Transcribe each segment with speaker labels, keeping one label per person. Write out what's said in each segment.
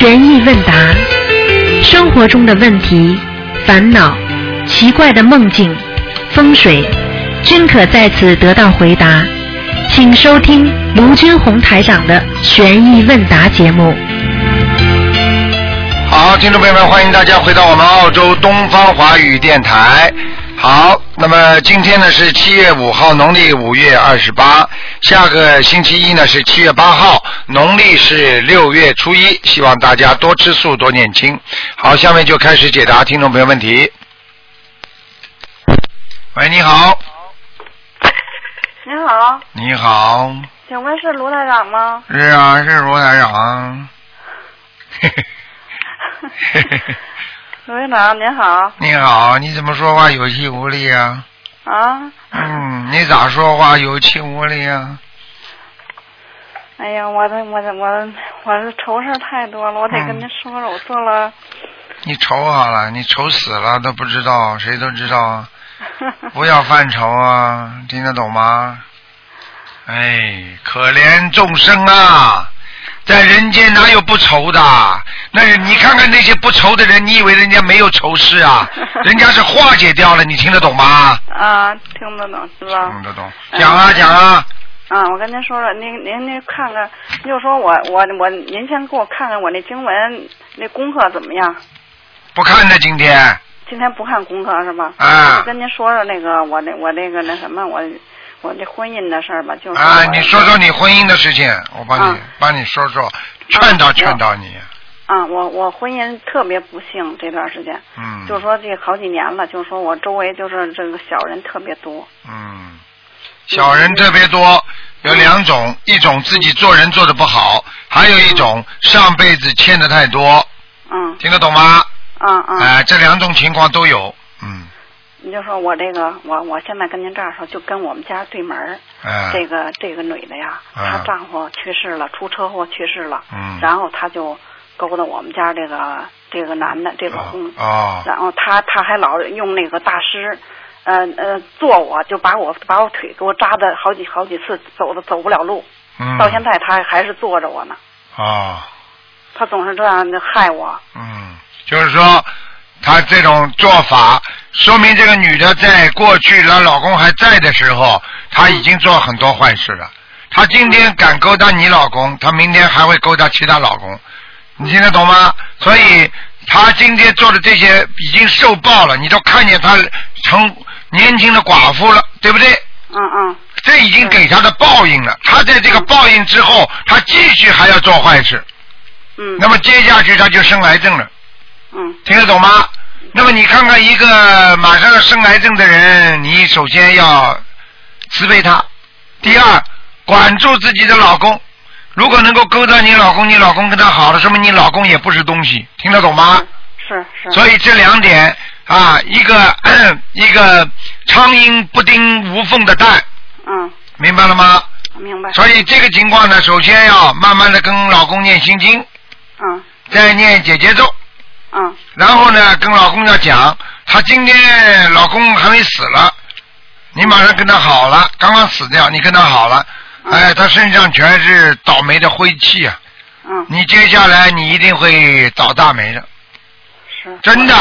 Speaker 1: 悬疑问答，生活中的问题、烦恼、奇怪的梦境、风水，均可在此得到回答。请收听卢军红台长的悬疑问答节目。
Speaker 2: 好，听众朋友们，欢迎大家回到我们澳洲东方华语电台。好，那么今天呢是七月五号，农历五月二十八。下个星期一呢是七月八号，农历是六月初一。希望大家多吃素，多念经。好，下面就开始解答听众朋友问题。喂，你好，
Speaker 3: 您好，
Speaker 2: 你好，
Speaker 3: 请问是卢台长吗？
Speaker 2: 是啊，是罗台长。 嘿嘿嘿嘿嘿
Speaker 3: 卢院长您好
Speaker 2: 你好，你怎么说话有气无力啊？
Speaker 3: 啊，
Speaker 2: 嗯，你咋说话有气无力啊？
Speaker 3: 哎呀，我的我的我的我的愁事儿太多了，我得跟您说说，我做了，
Speaker 2: 你愁好了，你愁死了都不知道，谁都知道啊！不要犯愁啊，听得懂吗？哎，可怜众生啊，在人间哪有不愁的？那你看看那些不愁的人，你以为人家没有愁事啊？人家是化解掉了，你听得懂吗？
Speaker 3: 啊，听得懂是吧？
Speaker 2: 听得懂，讲啊讲啊，
Speaker 3: 啊，我跟您说说，您您您看看，就说我我我，您先给我看看我那经文那功课怎么样？
Speaker 2: 不看的今天，
Speaker 3: 今天不看功课是吧？
Speaker 2: 啊
Speaker 3: 我跟您说说那个我那我那个那什么我我这婚姻的事儿吧，就是
Speaker 2: 啊，
Speaker 3: 我
Speaker 2: 你说说你婚姻的事情，我帮你、
Speaker 3: 啊
Speaker 2: 帮你说说，劝导劝导你，
Speaker 3: 啊，我我婚姻特别不幸这段时间，
Speaker 2: 嗯，
Speaker 3: 就是说这好几年了，就是说我周围就是这个小人特别多。
Speaker 2: 嗯，小人特别多，有两
Speaker 3: 嗯
Speaker 2: 种，一种自己做人做的不好，还有一种上辈子欠的太多，
Speaker 3: 嗯
Speaker 2: 听得懂吗？
Speaker 3: 嗯嗯，
Speaker 2: 哎、这两种情况都有，嗯，
Speaker 3: 你就说我这个，我我现在跟您这儿说，就跟我们家对门儿、
Speaker 2: 哎、
Speaker 3: 这个这个女的呀，
Speaker 2: 嗯
Speaker 3: 她丈夫去世了，出车祸去世了，
Speaker 2: 嗯
Speaker 3: 然后她就勾搭我们家这个这个男的这老公，
Speaker 2: 哦，
Speaker 3: 然后她她还老用那个大师。呃呃，坐我就把我把我腿给我扎的好几好几次，走的走不了路，
Speaker 2: 嗯，
Speaker 3: 到现在她还是坐着我呢。
Speaker 2: 哦，
Speaker 3: 她总是这样的害我，
Speaker 2: 嗯，就是说他这种做法，说明这个女的在过去她老公还在的时候，她已经做很多坏事了。她今天敢勾搭你老公，她明天还会勾搭其他老公，你听得懂吗？所以她今天做的这些已经受报了，你都看见她成年轻的寡妇了，对不对？
Speaker 3: 嗯嗯
Speaker 2: 这已经给她的报应了。她在这个报应之后，她继续还要做坏事，
Speaker 3: 嗯，
Speaker 2: 那么接下去她就生癌症了。
Speaker 3: 嗯
Speaker 2: 听得懂吗？那么你看看一个马上要生癌症的人，你首先要慈悲他，第二管住自己的老公。如果能够勾搭你老公，你老公跟他好了，说明你老公也不是东西，听得懂吗？
Speaker 3: 是
Speaker 4: 嗯
Speaker 3: 是，
Speaker 2: 所以这两点啊，一个 一个苍蝇不叮无缝的蛋，
Speaker 3: 嗯，
Speaker 2: 明白了吗？
Speaker 3: 明白，
Speaker 2: 所以这个情况呢，首先要慢慢的跟老公念心经，
Speaker 3: 嗯
Speaker 2: 再念姐姐咒，
Speaker 3: 嗯
Speaker 2: 然后呢，跟老公要讲，她今天老公还没死了，你马上跟他好了，刚刚死掉，你跟他好了，哎，他身上全是倒霉的灰气啊，
Speaker 3: 嗯，
Speaker 2: 你接下来你一定会倒大霉的，
Speaker 3: 是
Speaker 2: 真的。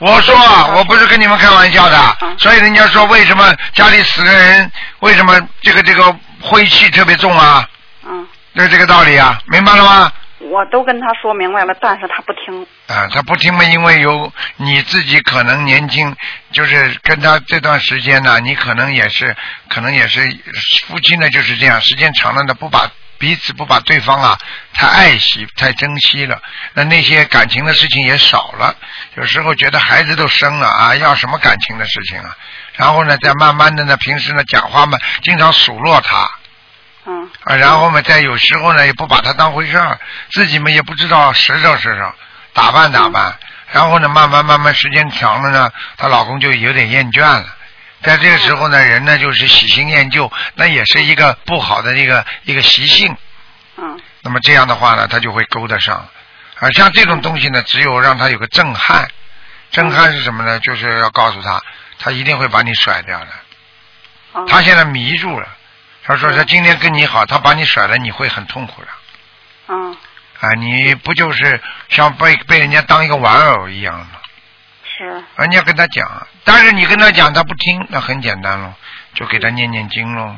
Speaker 2: 我说啊，我不是跟你们开玩笑的，所以人家说为什么家里死个人，为什么这个这个灰气特别重啊？
Speaker 3: 嗯，
Speaker 2: 这这个道理啊，明白了吗？
Speaker 3: 我都跟他说明白了，但是他不听，
Speaker 2: 啊，他不听嘛，因为有你自己可能年轻，就是跟他这段时间呢，你可能也是，可能也是夫妻呢就是这样，时间长了呢，不把彼此不把对方啊太爱惜、太珍惜了，那那些感情的事情也少了。有时候觉得孩子都生了啊，要什么感情的事情啊？然后呢，再慢慢的呢，平时呢讲话嘛，经常数落他，
Speaker 3: 嗯
Speaker 2: 啊，然后嘛，再有时候呢，也不把它当回事儿，自己嘛也不知道拾掇拾掇，打扮打扮，然后呢，慢慢慢慢时间长了呢，她老公就有点厌倦了。在这个时候呢，人呢就是喜新厌旧，那也是一个不好的一个一个习性。
Speaker 3: 嗯
Speaker 2: 那么这样的话呢，他就会勾得上。而像这种东西呢，只有让他有个震撼，震撼是什么呢？就是要告诉他，他一定会把你甩掉的。
Speaker 3: 嗯，
Speaker 2: 他现在迷住了，他说
Speaker 3: 嗯
Speaker 2: 他今天跟你好，他把你甩了，你会很痛苦的。
Speaker 3: 嗯
Speaker 2: 啊，你不就是像被被人家当一个玩偶一样吗？
Speaker 3: 是
Speaker 2: 啊，你要跟他讲，但是你跟他讲他不听，那很简单喽，就给他念念经喽，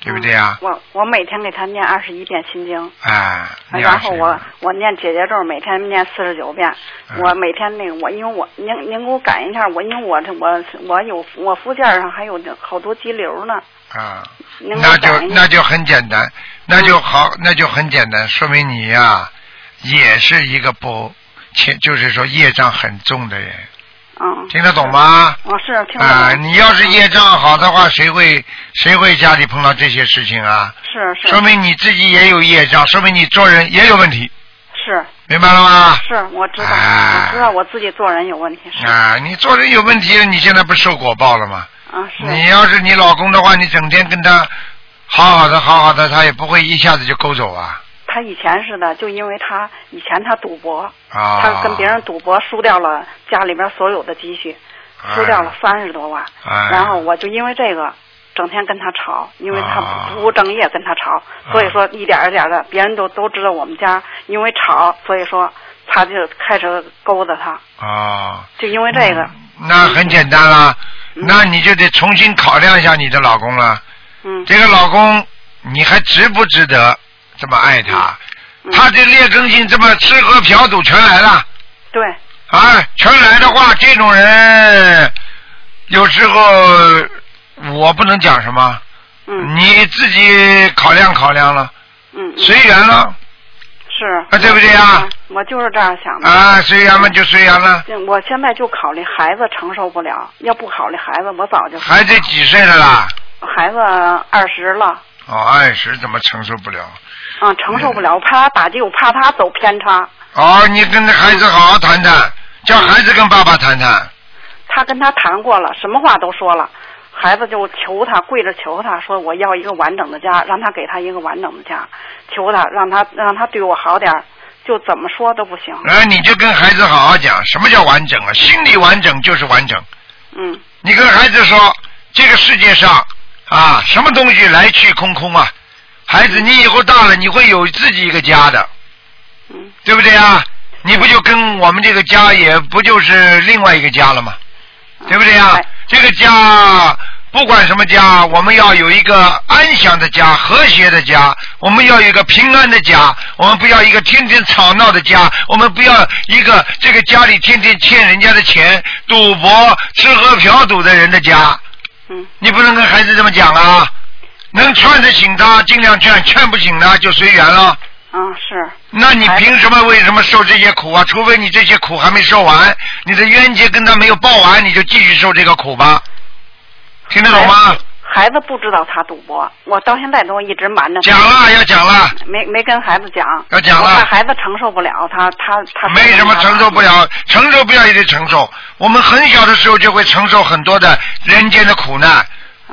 Speaker 2: 对不对啊？
Speaker 3: 我我每天给他念二十一遍心经，
Speaker 2: 哎，你要
Speaker 3: 然后
Speaker 2: 是
Speaker 3: 嗯我我念姐姐咒，每天念四十九遍。
Speaker 2: 嗯
Speaker 3: 我每天那个我因为我您您给我感应一下，我因为我这我我有我附件上还有好多肌瘤呢。
Speaker 2: 啊，
Speaker 3: 您给我
Speaker 2: 那就
Speaker 3: 感应一下
Speaker 2: 那就很简单，那就好，那就很简单，说明你呀、也是一个不欠，就是说业障很重的人，
Speaker 3: 嗯，
Speaker 2: 听得懂吗？
Speaker 3: 我是听懂嗯
Speaker 2: 啊，
Speaker 3: 了。
Speaker 2: 你要是业障好的话，谁会谁会家里碰到这些事情啊？
Speaker 3: 是是
Speaker 2: 说明你自己也有业障，说明你做人也有问题，
Speaker 3: 是
Speaker 2: 明白了吗？
Speaker 3: 是，我知道，
Speaker 2: 哎
Speaker 3: 我知道我自己做人有问题。是
Speaker 2: 啊，你做人有问题了，你现在不受果报了吗？
Speaker 3: 啊是
Speaker 2: 你要是你老公的话，你整天跟他好好的好好的，他也不会一下子就勾走啊
Speaker 3: 他以前是的，就因为他以前他赌博，
Speaker 2: 啊！
Speaker 3: 他跟别人赌博输掉了家里边所有的积蓄，输掉了三十多万。
Speaker 2: 哎
Speaker 3: 然后我就因为这个，整天跟他吵，因为
Speaker 2: 啊
Speaker 3: 他不务正业跟他吵，所以说一点儿一点的，别人都都知道我们家因为吵，所以说他就开始勾搭他，
Speaker 2: 啊，
Speaker 3: 就因为这个，
Speaker 2: 那很简单啦，
Speaker 3: 嗯
Speaker 2: 那你就得重新考量一下你的老公了。
Speaker 3: 嗯，
Speaker 2: 这个老公，你还值不值得这么爱他？
Speaker 3: 嗯
Speaker 2: 他这劣根性这么吃喝嫖赌全来了。
Speaker 3: 对，
Speaker 2: 啊，全来的话，这种人有时候我不能讲什么，
Speaker 3: 嗯
Speaker 2: 你自己考量考量了，
Speaker 3: 嗯，嗯
Speaker 2: 随缘了
Speaker 3: 是
Speaker 2: 啊对不对啊？
Speaker 3: 我就是这样想的。
Speaker 2: 啊，随缘嘛就随缘了。
Speaker 3: 这我现在就考虑孩子承受不了，要不考虑孩子，我早就
Speaker 2: 孩子几岁了啦？
Speaker 3: 孩子二十了，
Speaker 2: 哦，二十怎么承受不了？
Speaker 3: 啊，承受不
Speaker 2: 嗯
Speaker 3: 了，我怕他打击，我怕他走偏差。
Speaker 2: 哦，你跟那孩子好好谈谈，叫孩子跟爸爸谈谈。
Speaker 3: 他跟他谈过了，什么话都说了，孩子就求他，跪着求他说我要一个完整的家，让他给他一个完整的家，求他让他让他对我好点儿，就怎么说都不行。
Speaker 2: 哎，你就跟孩子好好讲，什么叫完整啊？心理完整就是完整。
Speaker 3: 嗯，
Speaker 2: 你跟孩子说，这个世界上啊，什么东西来去空空啊？孩子，你以后大了，你会有自己一个家的，
Speaker 3: 嗯，
Speaker 2: 对不对啊？你不就跟我们这个家，也不就是另外一个家了吗？对不对啊
Speaker 3: 哎？
Speaker 2: 这个家，不管什么家，我们要有一个安详的家、和谐的家，我们要有一个平安的家，我们不要一个天天吵闹的家，我们不要一个这个家里天天欠人家的钱、赌博、吃喝嫖赌的人的家。
Speaker 3: 嗯，
Speaker 2: 你不能跟孩子这么讲啊！能劝得醒他，尽量劝；劝不醒他，就随缘了。
Speaker 3: 啊是，
Speaker 2: 那你凭什么为什么受这些苦啊？除非你这些苦还没受完，你的冤结跟他没有报完，你就继续受这个苦吧。听得懂吗
Speaker 3: 孩？子孩子不知道他赌博，我到现在都一直瞒着他。
Speaker 2: 讲了要讲了，
Speaker 3: 没没跟孩子讲，
Speaker 2: 要讲了
Speaker 3: 我怕孩子承受不了，他他他
Speaker 2: 没什么承受不了，承受不了也得承受。我们很小的时候就会承受很多的人间的苦难。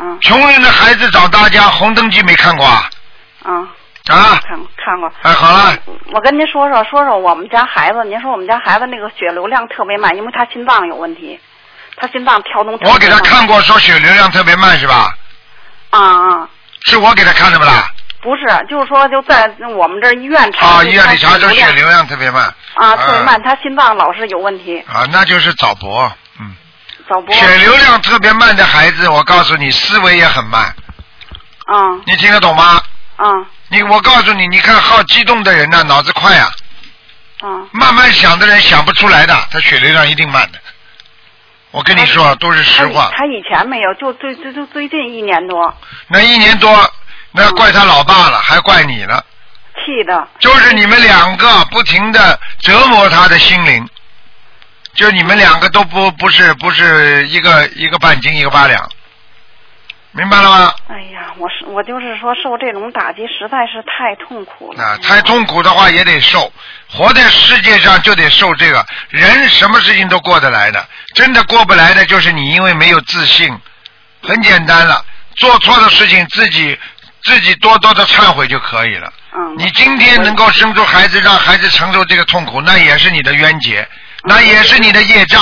Speaker 3: 嗯
Speaker 2: 穷人的孩子找大家，红灯记没看过啊？
Speaker 3: 嗯，
Speaker 2: 啊，
Speaker 3: 看看过。
Speaker 2: 哎，好了，
Speaker 3: 我跟您说说说说我们家孩子，您说我们家孩子那个血流量特别慢，因为他心脏有问题，他心脏跳动特别慢。
Speaker 2: 我给他看过，说血流量特别慢是吧？
Speaker 3: 啊啊，
Speaker 2: 是我给他看的不啦？
Speaker 3: 不是，就是说就在我们这儿医院查
Speaker 2: 啊，
Speaker 3: 就是
Speaker 2: 医院里查
Speaker 3: 他
Speaker 2: 说血
Speaker 3: 血
Speaker 2: 流量特哎别慢。
Speaker 3: 啊特别慢，他心脏老是有问题，
Speaker 2: 啊，那就是早搏，嗯，
Speaker 3: 早搏。
Speaker 2: 血流量特别慢的孩子，我告诉你，思维也很慢，
Speaker 3: 嗯
Speaker 2: 你听得懂吗？
Speaker 3: 嗯
Speaker 2: 你我告诉你，你看好激动的人呢、脑子快啊，
Speaker 3: 嗯，
Speaker 2: 慢慢想的人想不出来的，他血流量一定慢的。我跟你说，都是实
Speaker 3: 他以
Speaker 2: 话。
Speaker 3: 他以前没有，就最最就最近一年多
Speaker 2: 那一年多，那怪他老爸了，还怪你了，
Speaker 3: 气的。
Speaker 2: 就是你们两个不停的折磨他的心灵，就你们两个都不不是不是一个一个半斤一个八两，明白了吗？
Speaker 3: 哎呀，我是我就是说受这种打击实在是太痛苦了。
Speaker 2: 啊，太痛苦的话也得受，活在世界上就得受这个。人什么事情都过得来的，真的过不来的就是你因为没有自信，很简单了，做错的事情自己自己多多的忏悔就可以了。
Speaker 3: 嗯，
Speaker 2: 你今天能够生出孩子，让孩子承受这个痛苦，那也是你的冤结，那也是你的业障。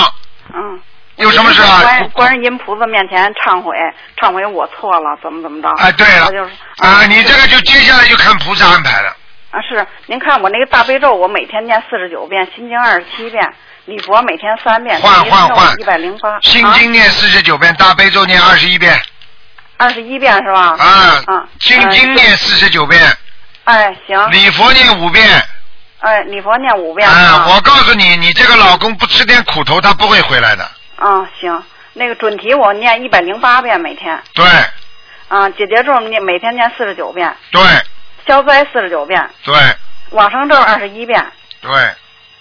Speaker 3: 嗯。
Speaker 2: 有什么事啊？
Speaker 3: 观观音菩萨面前忏悔，忏悔我错了，怎么怎么着？
Speaker 2: 啊，对了
Speaker 3: 我就是，
Speaker 2: 啊，你这个就接下来就看菩萨安排了。
Speaker 3: 啊，是您看我那个大悲咒，我每天念四十九遍，心经二十七遍，礼佛每天三遍，
Speaker 2: 换换换
Speaker 3: 一百零八，啊
Speaker 2: 心
Speaker 3: 嗯
Speaker 2: 经念四十九遍，大悲咒念二十一遍，
Speaker 3: 二十一遍是吧？
Speaker 2: 啊
Speaker 3: 嗯，，
Speaker 2: 心
Speaker 3: 嗯
Speaker 2: 经念四十九遍，
Speaker 3: 哎行，
Speaker 2: 礼佛念五遍。
Speaker 3: 哎礼佛念五遍是吧
Speaker 2: 啊，我告诉你，你这个老公不吃点苦头，他不会回来的。
Speaker 3: 嗯行，那个准提我念一百零八遍每天，
Speaker 2: 对
Speaker 3: 啊姐姐咒念每天念四十九遍，
Speaker 2: 对
Speaker 3: 消灾四十九遍，
Speaker 2: 对
Speaker 3: 往生咒二十一遍，
Speaker 2: 对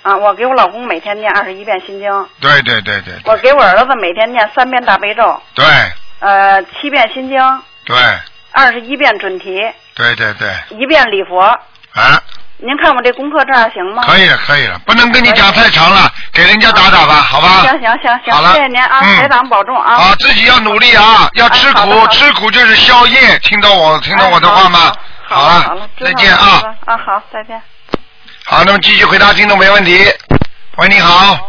Speaker 3: 啊我给我老公每天念二十一遍心经，
Speaker 2: 对对对对
Speaker 3: 我给我儿子每天念三遍大悲咒，
Speaker 2: 对
Speaker 3: 呃七遍心经，
Speaker 2: 对
Speaker 3: 二十一遍准提，
Speaker 2: 对对对
Speaker 3: 一遍礼佛。
Speaker 2: 啊！
Speaker 3: 您看我这功课这样行吗？
Speaker 2: 可以了，可以了，不能跟你讲太长了，给人家打打吧，好吧？
Speaker 3: 行啊行行
Speaker 2: 好了
Speaker 3: 行，谢谢您啊，
Speaker 2: 嗯
Speaker 3: 台长保重啊。
Speaker 2: 啊，自己要努力啊，要吃
Speaker 3: 哎好的
Speaker 2: 苦
Speaker 3: 好，的
Speaker 2: 吃苦就是宵夜，听到我听到我的话吗？
Speaker 3: 哎好了好了
Speaker 2: 了，，
Speaker 3: 知道
Speaker 2: 再
Speaker 3: 了
Speaker 2: 见
Speaker 3: 知道
Speaker 2: 啊！
Speaker 3: 了啊，好，再见。
Speaker 2: 好，那么继续回答听众没问题。喂，你好，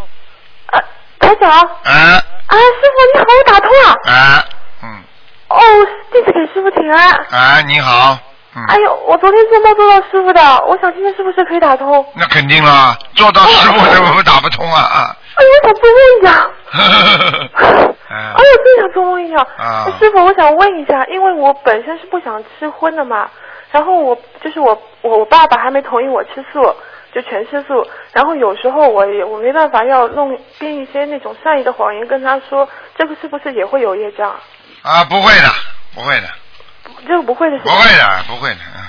Speaker 5: 呃，台长，啊，
Speaker 2: 啊
Speaker 5: 师傅你好，我打通了。
Speaker 2: 啊，嗯
Speaker 5: 哦，弟子给师傅请安。
Speaker 2: 啊，你好，
Speaker 5: 哎
Speaker 2: 嗯，
Speaker 5: 呦，我昨天做梦做到师傅的，我想今天是不是可以打通？哦
Speaker 2: 那肯定啦，做到师傅怎么 打不通啊啊？
Speaker 5: 哎呦，我想做梦一样。
Speaker 2: 呵呵呵呵
Speaker 5: 哎
Speaker 2: 嗯
Speaker 5: 呦，真想做梦一样。
Speaker 2: 啊
Speaker 5: 哎师傅，我想问一下，因为我本身是不想吃荤的嘛，然后我就是我我我爸爸还没同意我吃素，就全吃素。然后有时候我也我没办法要弄编一些那种善意的谎言跟他说，这个是不是也会有业障？
Speaker 2: 啊，不会的，不会的，
Speaker 5: 这个不会的事
Speaker 2: 不
Speaker 5: 情。
Speaker 2: 会的，不会的，嗯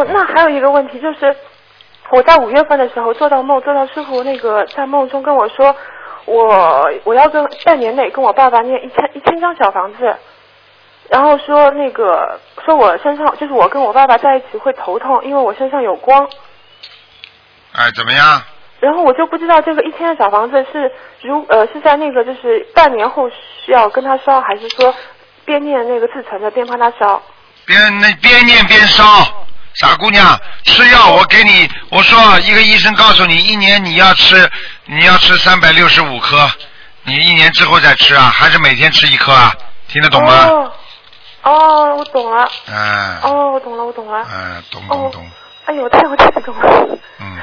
Speaker 5: 哦，那还有一个问题就是，我在五月份的时候做到梦，做到师傅那个在梦中跟我说，我我要跟半年内跟我爸爸念一千一千张小房子，然后说那个说我身上就是我跟我爸爸在一起会头痛，因为我身上有光。
Speaker 2: 哎，怎么样？
Speaker 5: 然后我就不知道这个一千的小房子是如呃是在那个就是半年后需要跟他烧，还是说边念那个自存的边帮他烧？
Speaker 2: 边那边念边烧，傻姑娘，吃药我给你，我说一个医生告诉你，一年你要吃，你要吃三百六十五颗，你一年之后再吃啊，还是每天吃一颗啊？听得懂吗？
Speaker 5: 哦，哦，我懂了。
Speaker 2: 嗯，
Speaker 5: 哦，我懂了，我懂了。
Speaker 2: 嗯，懂懂懂，
Speaker 5: 哎呦，太我太懂了。
Speaker 2: 嗯，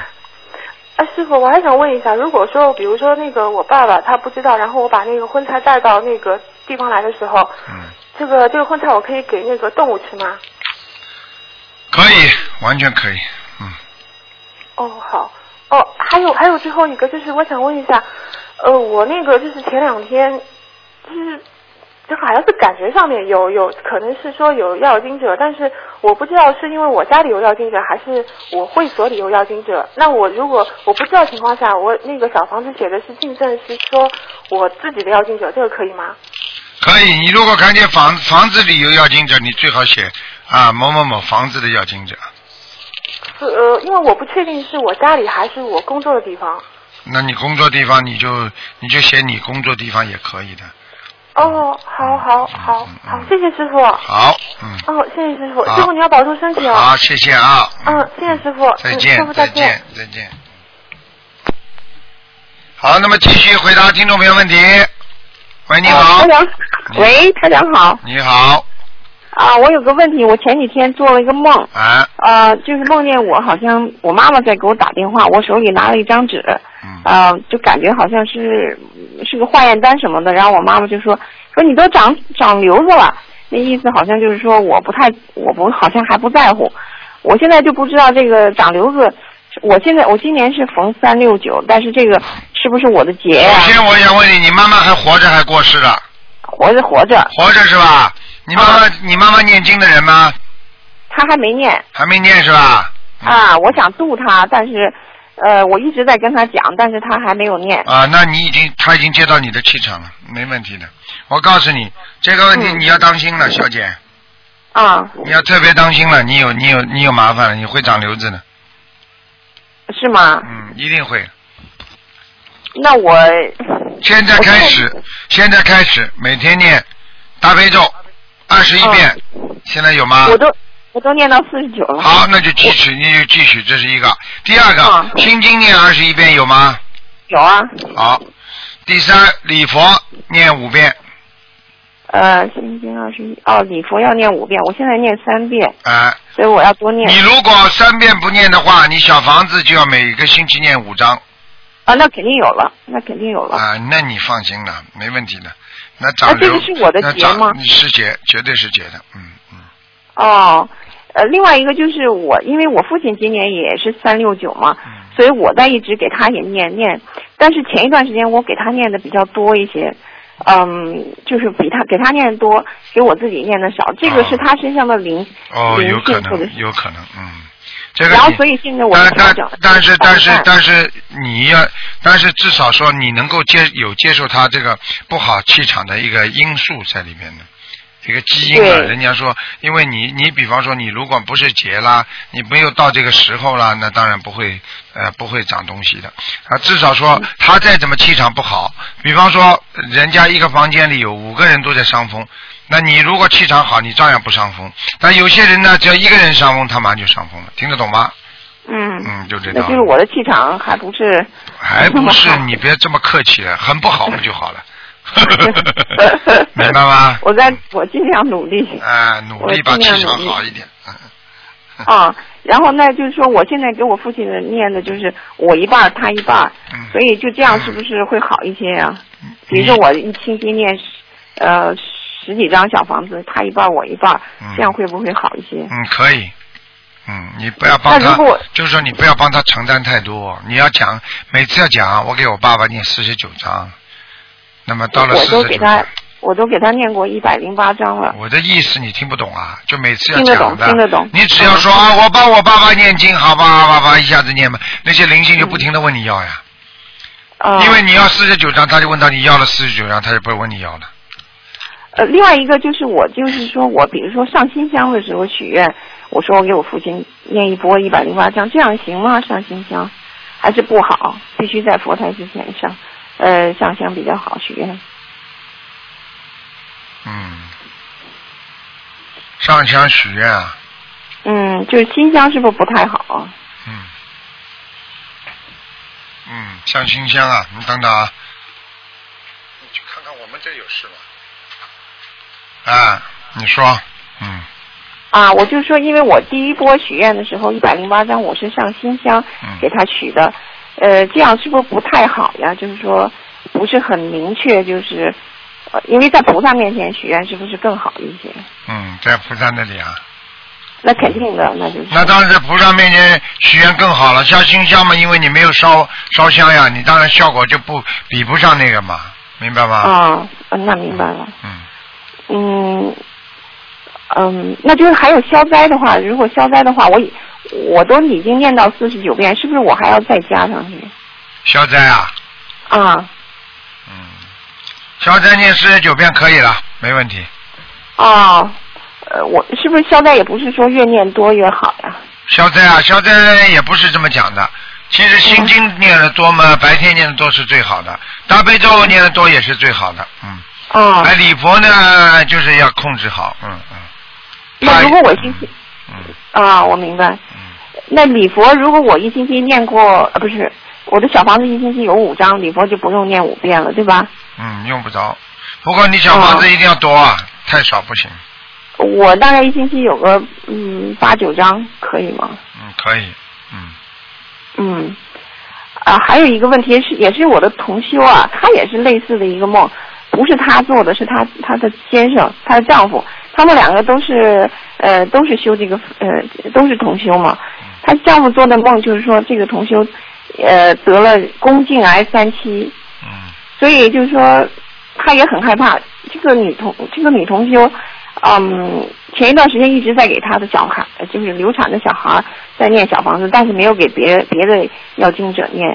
Speaker 5: 哎，师傅，我还想问一下，如果说，比如说那个我爸爸他不知道，然后我把那个荤菜带到那个地方来的时候，
Speaker 2: 嗯，
Speaker 5: 这个这个荤菜我可以给那个动物吃吗？
Speaker 2: 可以，完全可以，嗯，
Speaker 5: 哦，好。哦，还有还有最后一个就是我想问一下，呃，我那个就是前两天，就是就好像是感觉上面有有可能是说有要经者，但是我不知道是因为我家里有要经者，还是我会所里有要经者。那我如果我不知道情况下，我那个小房子写的是净证，是说我自己的要经者，这个可以吗？
Speaker 2: 可以。你如果看见房房子里有要经者，你最好写啊某某某房子的要经者，
Speaker 5: 呃，因为我不确定是我家里还是我工作的地方。
Speaker 2: 那你工作地方你就你就写你工作地方也可以的。
Speaker 5: 哦，好好好好，谢谢师傅。
Speaker 2: 好，嗯。
Speaker 5: 哦，谢谢师傅，
Speaker 2: 好
Speaker 5: 师傅你要保重身体哦。
Speaker 2: 好，谢谢啊。
Speaker 5: 嗯，谢谢师傅，
Speaker 2: 再
Speaker 5: 嗯师
Speaker 2: 见
Speaker 5: 傅，
Speaker 2: 再
Speaker 5: 再
Speaker 2: 见，再见。好，那么继续回答听众朋友问题。喂，你好
Speaker 6: 台，长，喂，台长好
Speaker 2: 你好，
Speaker 6: 啊！我有个问题，我前几天做了一个梦，
Speaker 2: 啊，
Speaker 6: 呃，就是梦见我好像我妈妈在给我打电话，我手里拿了一张纸，
Speaker 2: 嗯，
Speaker 6: 呃，就感觉好像是是个化验单什么的，然后我妈妈就说说你都长长瘤子了，那意思好像就是说我不太我不好像还不在乎，我现在就不知道这个长瘤子，我现在我今年是逢三六九，但是这个是不是我的啊劫呀、
Speaker 2: 首先我想问你，你妈妈还活着还过世了？
Speaker 6: 活着活着，
Speaker 2: 活着是吧？你妈妈，你妈妈念经的人吗？
Speaker 6: 她还没念。
Speaker 2: 还没念是吧？
Speaker 6: 啊，我想度他，但是，呃，我一直在跟他讲，但是他还没有念。
Speaker 2: 啊，那你已经，他已经接到你的气场了，没问题的。我告诉你，这个问题
Speaker 6: 嗯
Speaker 2: 你要当心了，小姐，
Speaker 6: 啊，
Speaker 2: 你要特别当心了，你有你有你有麻烦了，你会长瘤子的，
Speaker 6: 是吗？
Speaker 2: 嗯，一定会。
Speaker 6: 那我，
Speaker 2: 现在开始，现在开始，每天念大悲咒二十一遍，现在有吗
Speaker 6: 嗯我？都我都念到四十九了。
Speaker 2: 啊好，那就继续，那就继续，这是一个。第二个，
Speaker 6: 啊
Speaker 2: 心经念二十一遍有吗？
Speaker 6: 有啊，
Speaker 2: 好。第三，礼佛念五遍。
Speaker 6: 呃，心经二十一，哦，礼佛要念五遍，我现在念三遍，
Speaker 2: 啊，
Speaker 6: 所以我要多念。
Speaker 2: 你如果三遍不念的话，你小房子就要每个星期念五张
Speaker 6: 啊，那肯定有了，那肯定有了。
Speaker 2: 啊，那你放心了，没问题的。那长
Speaker 6: 啊这
Speaker 2: 瘤，
Speaker 6: 个是我的
Speaker 2: 那
Speaker 6: 劫
Speaker 2: 长
Speaker 6: 吗
Speaker 2: 是劫，绝对是劫的，嗯嗯。
Speaker 6: 哦，呃，另外一个就是我，因为我父亲今年也是三六九嘛，
Speaker 2: 嗯
Speaker 6: 所以我在一直给他也念念，但是前一段时间我给他念的比较多一些，嗯，就是比他给他念的多，给我自己念的少，这个是他身上的灵、
Speaker 2: 哦，
Speaker 6: 灵
Speaker 2: 有可
Speaker 6: 性或者
Speaker 2: 能，
Speaker 6: 是，
Speaker 2: 有可能，嗯。这个
Speaker 6: 然后
Speaker 2: 你
Speaker 6: 所以现在我
Speaker 2: 但
Speaker 6: 就想
Speaker 2: 但但是
Speaker 6: 怎么
Speaker 2: 但是
Speaker 6: 办
Speaker 2: 但是你要，但是至少说你能够接有接受他这个不好气场的一个因素在里面的。一个基因啊，
Speaker 6: 对
Speaker 2: 人家说，因为你你比方说你如果不是结啦，你没有到这个时候啦，那当然不会呃不会长东西的啊。至少
Speaker 6: 嗯
Speaker 2: 说他再怎么气场不好，比方说人家一个房间里有五个人都在伤风，那你如果气场好，你照样不伤风。但有些人呢，只要一个人伤风，他马上就伤风了，听得懂吗？
Speaker 6: 嗯，
Speaker 2: 嗯，就这
Speaker 6: 那
Speaker 2: 道
Speaker 6: 就
Speaker 2: 理
Speaker 6: 是。我的气场还不是
Speaker 2: 还不是你别这么客气了，很不好不就 好了，明白吗？
Speaker 6: 我在我尽量努力。
Speaker 2: 啊，努力把
Speaker 6: 我
Speaker 2: 气
Speaker 6: 尽量
Speaker 2: 场
Speaker 6: 努力
Speaker 2: 好一点。嗯
Speaker 6: 啊，然后那就是说，我现在给我父亲的念的就是我一半儿，他一半儿，
Speaker 2: 嗯
Speaker 6: 所以就这样是不是会好一些呀、啊比如说我一星期念十呃十几张小房子，他一半儿我一半儿
Speaker 2: 嗯，
Speaker 6: 这样会不会好一些？
Speaker 2: 嗯，可以。嗯，你不要帮
Speaker 6: 那
Speaker 2: 他
Speaker 6: 如果，
Speaker 2: 就是说你不要帮他承担太多，你要讲，每次要讲，我给我爸爸念四十九章，那么到了
Speaker 6: 我
Speaker 2: 四
Speaker 6: 都
Speaker 2: 十
Speaker 6: 给
Speaker 2: 九
Speaker 6: 他，我都给他念过一百零八章了。
Speaker 2: 我的意思你听不懂啊？就每次要
Speaker 6: 听得
Speaker 2: 讲的，
Speaker 6: 懂听得懂嗯
Speaker 2: 你只要说啊，我帮我爸爸念经，好吧，好吧，好吧，一下子念吧，那些灵性就不停的问你要呀，
Speaker 6: 啊，
Speaker 2: 因为你要四十九张，他就问到你要了四十九张，他就不会问你要了。
Speaker 6: 呃，另外一个就是我就是说我比如说上新香的时候许愿，我说我给我父亲念一波一百零八章，这样行吗？上新香还是不好，必须在佛台之前上，呃，上香比较好许愿。
Speaker 2: 嗯，上香许愿啊，
Speaker 6: 嗯，就是新香是不是不太好啊？
Speaker 2: 嗯，嗯，上新香啊，你等等啊，你去看看我们这有事吗？啊，你说，嗯，
Speaker 6: 啊，我就说，因为我第一波许愿的时候，一百零八张我是上新香
Speaker 2: 嗯
Speaker 6: 给他许的，呃，这样是不是不太好呀？就是说不是很明确，就是呃，因为在菩萨面前许愿是不是更好一些？
Speaker 2: 嗯，在菩萨那里啊。
Speaker 6: 那肯定的，那就是。
Speaker 2: 那当然在菩萨面前许愿更好了，像新香嘛，因为你没有烧烧香呀，你当然效果就不比不上那个嘛，明白吗？
Speaker 6: 啊、嗯那明白了。
Speaker 2: 嗯，
Speaker 6: 嗯嗯，那就是还有消灾的话，如果消灾的话，我已我都已经念到四十九遍，是不是我还要再加上去？
Speaker 2: 消灾啊，
Speaker 6: 啊
Speaker 2: 嗯，消灾念四十九遍可以了，没问题。
Speaker 6: 哦，呃，我是不是消灾也不是说越念多越好呀？
Speaker 2: 消灾啊，消灾也不是这么讲的。其实心经念的多嘛，白天念的多是最好的，大悲咒念的多也是最好的，嗯。
Speaker 6: 啊、
Speaker 2: 哎，礼佛呢，就是要控制好，嗯嗯。
Speaker 6: 那如果我星期
Speaker 2: 嗯
Speaker 6: 啊，我明白。
Speaker 2: 嗯
Speaker 6: 那礼佛如果我一星期念过，呃，不是我的小房子一星期有五张，礼佛就不用念五遍了，对吧？
Speaker 2: 嗯，用不着。不过你小房子一定要多啊，太少不行。
Speaker 6: 我大概一星期有个嗯八九张，可以吗？
Speaker 2: 嗯，可以。嗯
Speaker 6: 嗯，啊，还有一个问题是，也是我的同修啊，他也是类似的一个梦，不是他做的，是他他的先生，他的丈夫，他们两个都是呃都是修这个呃都是同修嘛。她丈夫做的梦就是说，这个同修呃得了宫颈癌三期，
Speaker 2: 嗯，
Speaker 6: 所以就是说，她也很害怕。这个女同这个女同修，嗯，前一段时间一直在给她的小孩，呃就是流产的小孩在念小房子，但是没有给别别的要经者念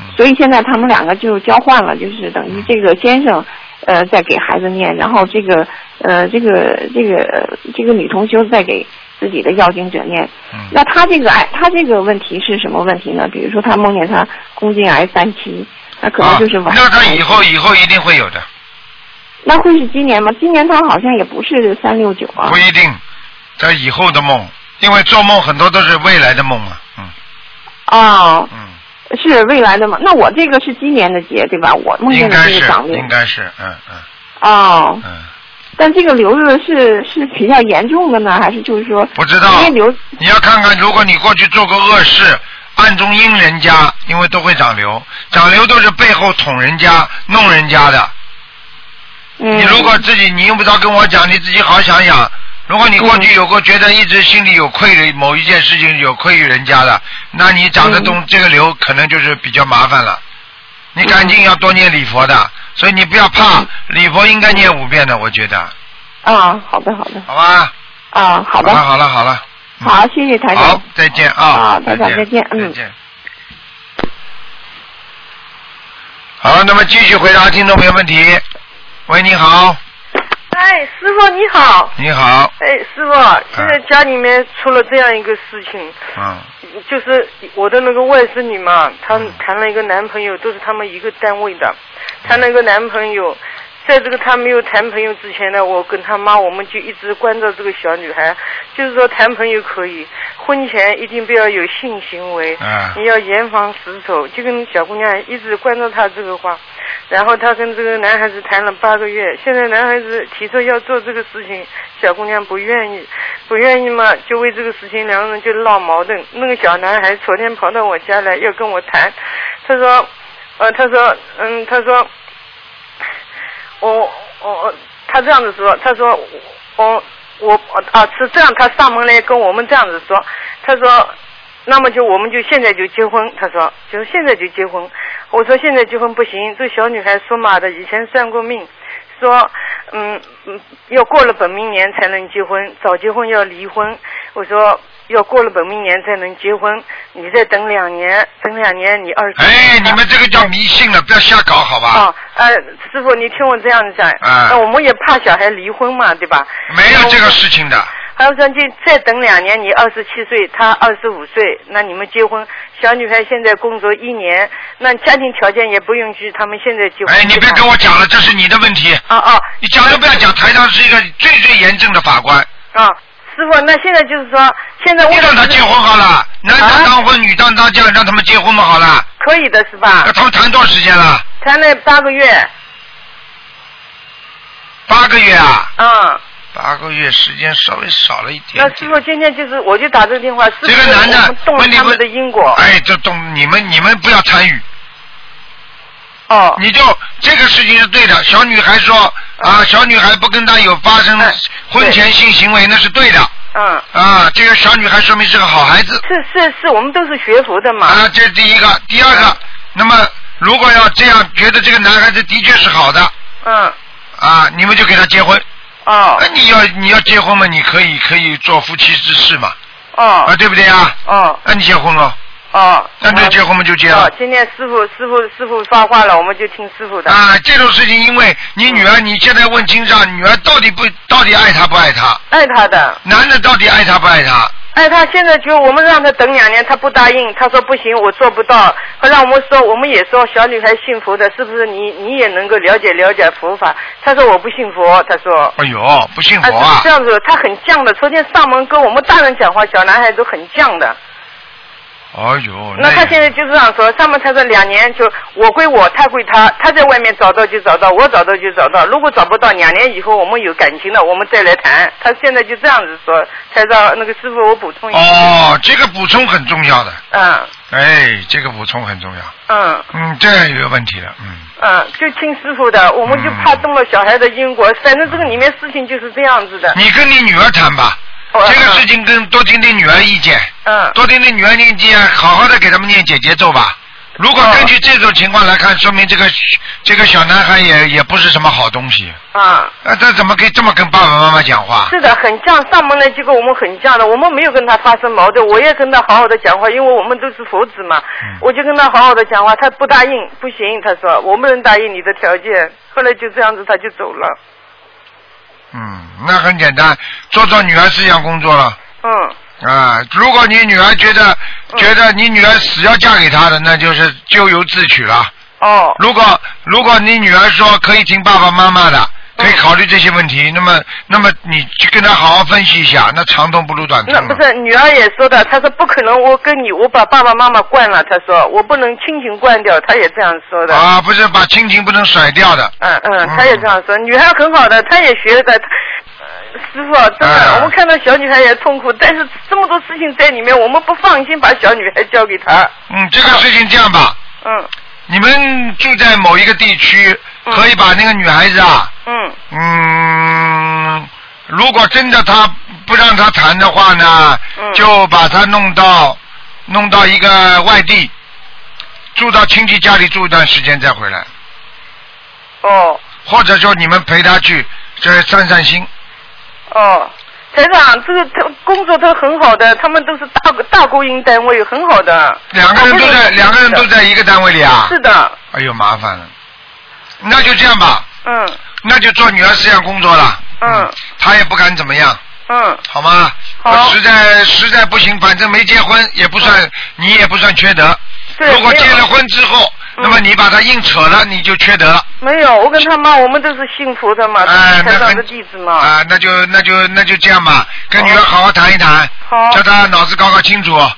Speaker 2: 嗯。
Speaker 6: 所以现在他们两个就交换了，就是等于这个先生，呃，在给孩子念，然后这个呃，这个这个呃这个女同修在给自己的要经者念。
Speaker 2: 嗯
Speaker 6: 那她这个癌，她这个问题是什么问题呢？比如说她梦见她宫颈癌三期，那可能就是
Speaker 2: 啊
Speaker 6: 晚、、
Speaker 2: 那他以
Speaker 6: 哦
Speaker 2: 后以后一定会有的，
Speaker 6: 那会是今年吗？今年他好像也不是三六九啊
Speaker 2: 不。一定。他以后的梦，因为做梦很多都是未来的梦嘛。嗯
Speaker 6: 哦，
Speaker 2: 嗯，
Speaker 6: 是未来的吗？那我这个是今年的劫对吧？我梦
Speaker 2: 应
Speaker 6: 见的
Speaker 2: 该
Speaker 6: 这个
Speaker 2: 是
Speaker 6: 长命
Speaker 2: 应该是，嗯嗯
Speaker 6: 哦，
Speaker 2: 嗯，
Speaker 6: 但这个瘤子是是比较严重的呢，还是就是说
Speaker 2: 不知道
Speaker 6: 因为瘤
Speaker 2: 你要看看，如果你过去做过恶事，暗中阴人家，因为都会长瘤，长瘤都是背后捅人家、弄人家的。
Speaker 6: 嗯，
Speaker 2: 你如果自己，你用不着跟我讲，你自己好好想想。如果你过
Speaker 6: 嗯
Speaker 2: 去有过觉得一直心里有愧于某一件事情有愧于人家的，那你长得
Speaker 6: 嗯
Speaker 2: 东这个瘤可能就是比较麻烦了。你赶紧要多念礼佛的，所以你不要
Speaker 6: 嗯
Speaker 2: 怕，礼佛应该念五遍的，我觉得，
Speaker 6: 啊，好的好的
Speaker 2: 好吧？
Speaker 6: 啊，好的
Speaker 2: 好了好了好了，嗯
Speaker 6: 好，谢谢台
Speaker 2: 好
Speaker 6: 长。，
Speaker 2: 再见
Speaker 6: 啊
Speaker 2: 啊！
Speaker 6: 台长再见嗯
Speaker 2: 再见。好，那么继续回答听众朋友问题。喂，你好，
Speaker 7: 哎，师傅你好。
Speaker 2: 你好，
Speaker 7: 哎，师傅，
Speaker 2: 啊
Speaker 7: 现在家里面出了这样一个事情，
Speaker 2: 嗯
Speaker 7: 就是我的那个外甥女嘛，她谈了一个男朋友，都是他们一个单位的，谈了一个男朋友。在这个她没有谈朋友之前呢，我跟她妈我们就一直关照这个小女孩，就是说谈朋友可以，婚前一定不要有性行为，
Speaker 2: 嗯
Speaker 7: 你要严防死守，就跟小姑娘一直关照她这个话。然后她跟这个男孩子谈了八个月，现在男孩子提出要做这个事情，小姑娘不愿意，不愿意嘛，就为这个事情两个人就闹矛盾。那个小男孩昨天跑到我家来要跟我谈，他说，呃，他说，嗯，他说，我我他这样子说，他说我我啊是这样，他上门来跟我们这样子说，他说。那么就我们就现在就结婚，他说就是现在就结婚。我说现在结婚不行，这小女孩属马的，以前算过命，说嗯嗯要过了本命年才能结婚，早结婚要离婚。我说要过了本命年才能结婚，你再等两年，等两年你二十。
Speaker 2: 哎，你们这个叫迷信了，不要瞎搞，好吧？
Speaker 7: 哦，呃，师傅，你听我这样讲，
Speaker 2: 啊
Speaker 7: 那我们也怕小孩离婚嘛，对吧？
Speaker 2: 没有这个事情的，
Speaker 7: 还有说，就再等两年，你二十七岁，他二十五岁，那你们结婚。小女孩现在工作一年，那家庭条件也不允许他们现在结婚。
Speaker 2: 哎，你别跟
Speaker 7: 我。
Speaker 2: 我讲了，这是你的问题，
Speaker 7: 啊啊
Speaker 2: 你讲都不要讲。台上是一个最最严正的法官，
Speaker 7: 啊！师傅，那现在就是说，现在我
Speaker 2: 你让他结婚好了，男的
Speaker 7: 啊
Speaker 2: 当婚，女的当嫁，让他们结婚嘛好了。
Speaker 7: 可以的是吧
Speaker 2: 那？他们谈多少时间了？
Speaker 7: 谈了八个月，
Speaker 2: 八个月啊？
Speaker 7: 嗯。
Speaker 2: 八个月时间稍微少了一点
Speaker 7: 那
Speaker 2: 点
Speaker 7: 师傅今天就是，我就打这个电话，师傅
Speaker 2: 这个男的
Speaker 7: 动了
Speaker 2: 问题
Speaker 7: 他
Speaker 2: 不
Speaker 7: 们的因果。
Speaker 2: 哎，这懂你们你们不要参与，
Speaker 7: 哦
Speaker 2: 你就这个事情是对的。小女孩说啊，小女孩不跟他有发生
Speaker 7: 哎
Speaker 2: 婚前性行为，那是对的
Speaker 7: 嗯。
Speaker 2: 啊。这个小女孩说明是个好孩子
Speaker 7: 是是是，我们都是学佛的嘛。嗯
Speaker 2: 啊，这是第一个，第二个，那么如果要这样觉得这个男孩子的确是好的
Speaker 7: 嗯，
Speaker 2: 啊，你们就给他结婚。
Speaker 7: 哦
Speaker 2: 那你要你要结婚嘛，你可以可以做夫妻之事嘛，啊，
Speaker 7: 哦
Speaker 2: 对不对啊？啊
Speaker 7: 哦
Speaker 2: 那你结婚了，
Speaker 7: 哦。
Speaker 2: 那就结婚嘛就结了
Speaker 7: 哦。，今天师傅师傅师傅发话了，我们就听师傅的。
Speaker 2: 啊，这种事情，因为你女儿，你现在问清上，女儿到底不到底爱他不爱他，
Speaker 7: 爱他的，
Speaker 2: 男的到底爱他不爱他，
Speaker 7: 爱他。现在就我们让他等两年，他不答应，他说不行，我做不到。后来我们说，我们也说小女孩信佛的，是不是你你也能够了解了解佛法？他说我不信佛，他说。
Speaker 2: 哎呦，不信
Speaker 7: 啊，
Speaker 2: 佛啊
Speaker 7: 是这！样子，他很犟的。昨天上门跟我们大人讲话，小男孩都很犟的。
Speaker 2: 哎呦，
Speaker 7: 那他现在就是这样说，上面他说两年就我归我，他归他，他在外面找到就找到，我找到就找到。如果找不到，两年以后我们有感情了，我们再来谈。他现在就这样子说，才让那个师傅我补充一下。
Speaker 2: 哦，这个补充很重要的，
Speaker 7: 嗯
Speaker 2: 哎，这个补充很重要，
Speaker 7: 嗯
Speaker 2: 嗯，这有问题了，嗯，
Speaker 7: 嗯，就听师傅的，我们就怕动了小孩的因果。反正这个里面事情就是这样子的。
Speaker 2: 你跟你女儿谈吧，
Speaker 7: 哦
Speaker 2: 这个事情跟多听听女儿意见，
Speaker 7: 嗯
Speaker 2: 多听听女儿意见，好好的给他们念姐姐咒吧。如
Speaker 7: 哦
Speaker 2: 果根据这种情况来看，说明这个这个小男孩也也不是什么好东西。
Speaker 7: 啊，
Speaker 2: 那这怎么可以这么跟爸爸妈妈讲话？
Speaker 7: 是的，很犟。上门来结果我们很犟的，我们没有跟他发生矛盾，我也跟他好好的讲话，因为我们都是佛子嘛，
Speaker 2: 嗯
Speaker 7: 我就跟他好好的讲话，他不答应，不行，他说我不能答应你的条件。后来就这样子，他就走了。
Speaker 2: 嗯，那很简单，做做女儿思想工作了
Speaker 7: 嗯，
Speaker 2: 啊。如果你女儿觉得
Speaker 7: 嗯
Speaker 2: 觉得你女儿死要嫁给他的，那就是咎由自取了。
Speaker 7: 哦，
Speaker 2: 如果如果你女儿说可以听爸爸妈妈的，
Speaker 7: 嗯
Speaker 2: 可以考虑这些问题。那么，那么你去跟他好好分析一下，那长痛不如短痛啊
Speaker 7: 那
Speaker 2: 了。
Speaker 7: 不是女儿也说的，她说不可能，我跟你我把爸爸妈妈惯了，她说我不能亲情惯掉，她也这样说的。
Speaker 2: 啊，不是把亲情不能甩掉的。
Speaker 7: 嗯嗯
Speaker 2: 嗯，
Speaker 7: 她也这样说，女孩很好的，她也学的。她师傅，真的
Speaker 2: 嗯，
Speaker 7: 我们看到小女孩也痛苦，但是这么多事情在里面，我们不放心把小女孩交给她。
Speaker 2: 嗯，这个事情这样吧，
Speaker 7: 嗯
Speaker 2: 你们住在某一个地区，
Speaker 7: 嗯
Speaker 2: 可以把那个女孩子啊，
Speaker 7: 嗯
Speaker 2: 嗯，如果真的她不让她谈的话呢，
Speaker 7: 嗯
Speaker 2: 就把她弄到弄到一个外地，住到亲戚家里住一段时间再回来，
Speaker 7: 哦。
Speaker 2: 或者说你们陪她去，这散散心。
Speaker 7: 哦，台长，这个他工作都很好的，他们都是大大国营单位，很好的。
Speaker 2: 两个人都在，两个人都在一个单位里啊
Speaker 7: 是。的，
Speaker 2: 哎呦，麻烦了。那就这样吧，
Speaker 7: 嗯
Speaker 2: 那就做女儿思想工作了。
Speaker 7: 嗯
Speaker 2: 他也不敢怎么样，
Speaker 7: 嗯，
Speaker 2: 好吗？
Speaker 7: 好嗯
Speaker 2: 我实在实在不行，反正没结婚也不算，你也不算缺德。
Speaker 7: 对
Speaker 2: 如果结
Speaker 7: 没有
Speaker 2: 了婚之后，
Speaker 7: 嗯
Speaker 2: 那么你把他硬扯了，你就缺德了。
Speaker 7: 没有，我跟他妈，我们都是信佛的嘛，
Speaker 2: 哎，
Speaker 7: 台
Speaker 2: 那
Speaker 7: 长
Speaker 2: 很
Speaker 7: 的弟子嘛。
Speaker 2: 啊，那就那就那就这样吧，跟女儿好好谈一谈，
Speaker 7: 好
Speaker 2: 叫她脑子搞搞清楚。
Speaker 7: 嗯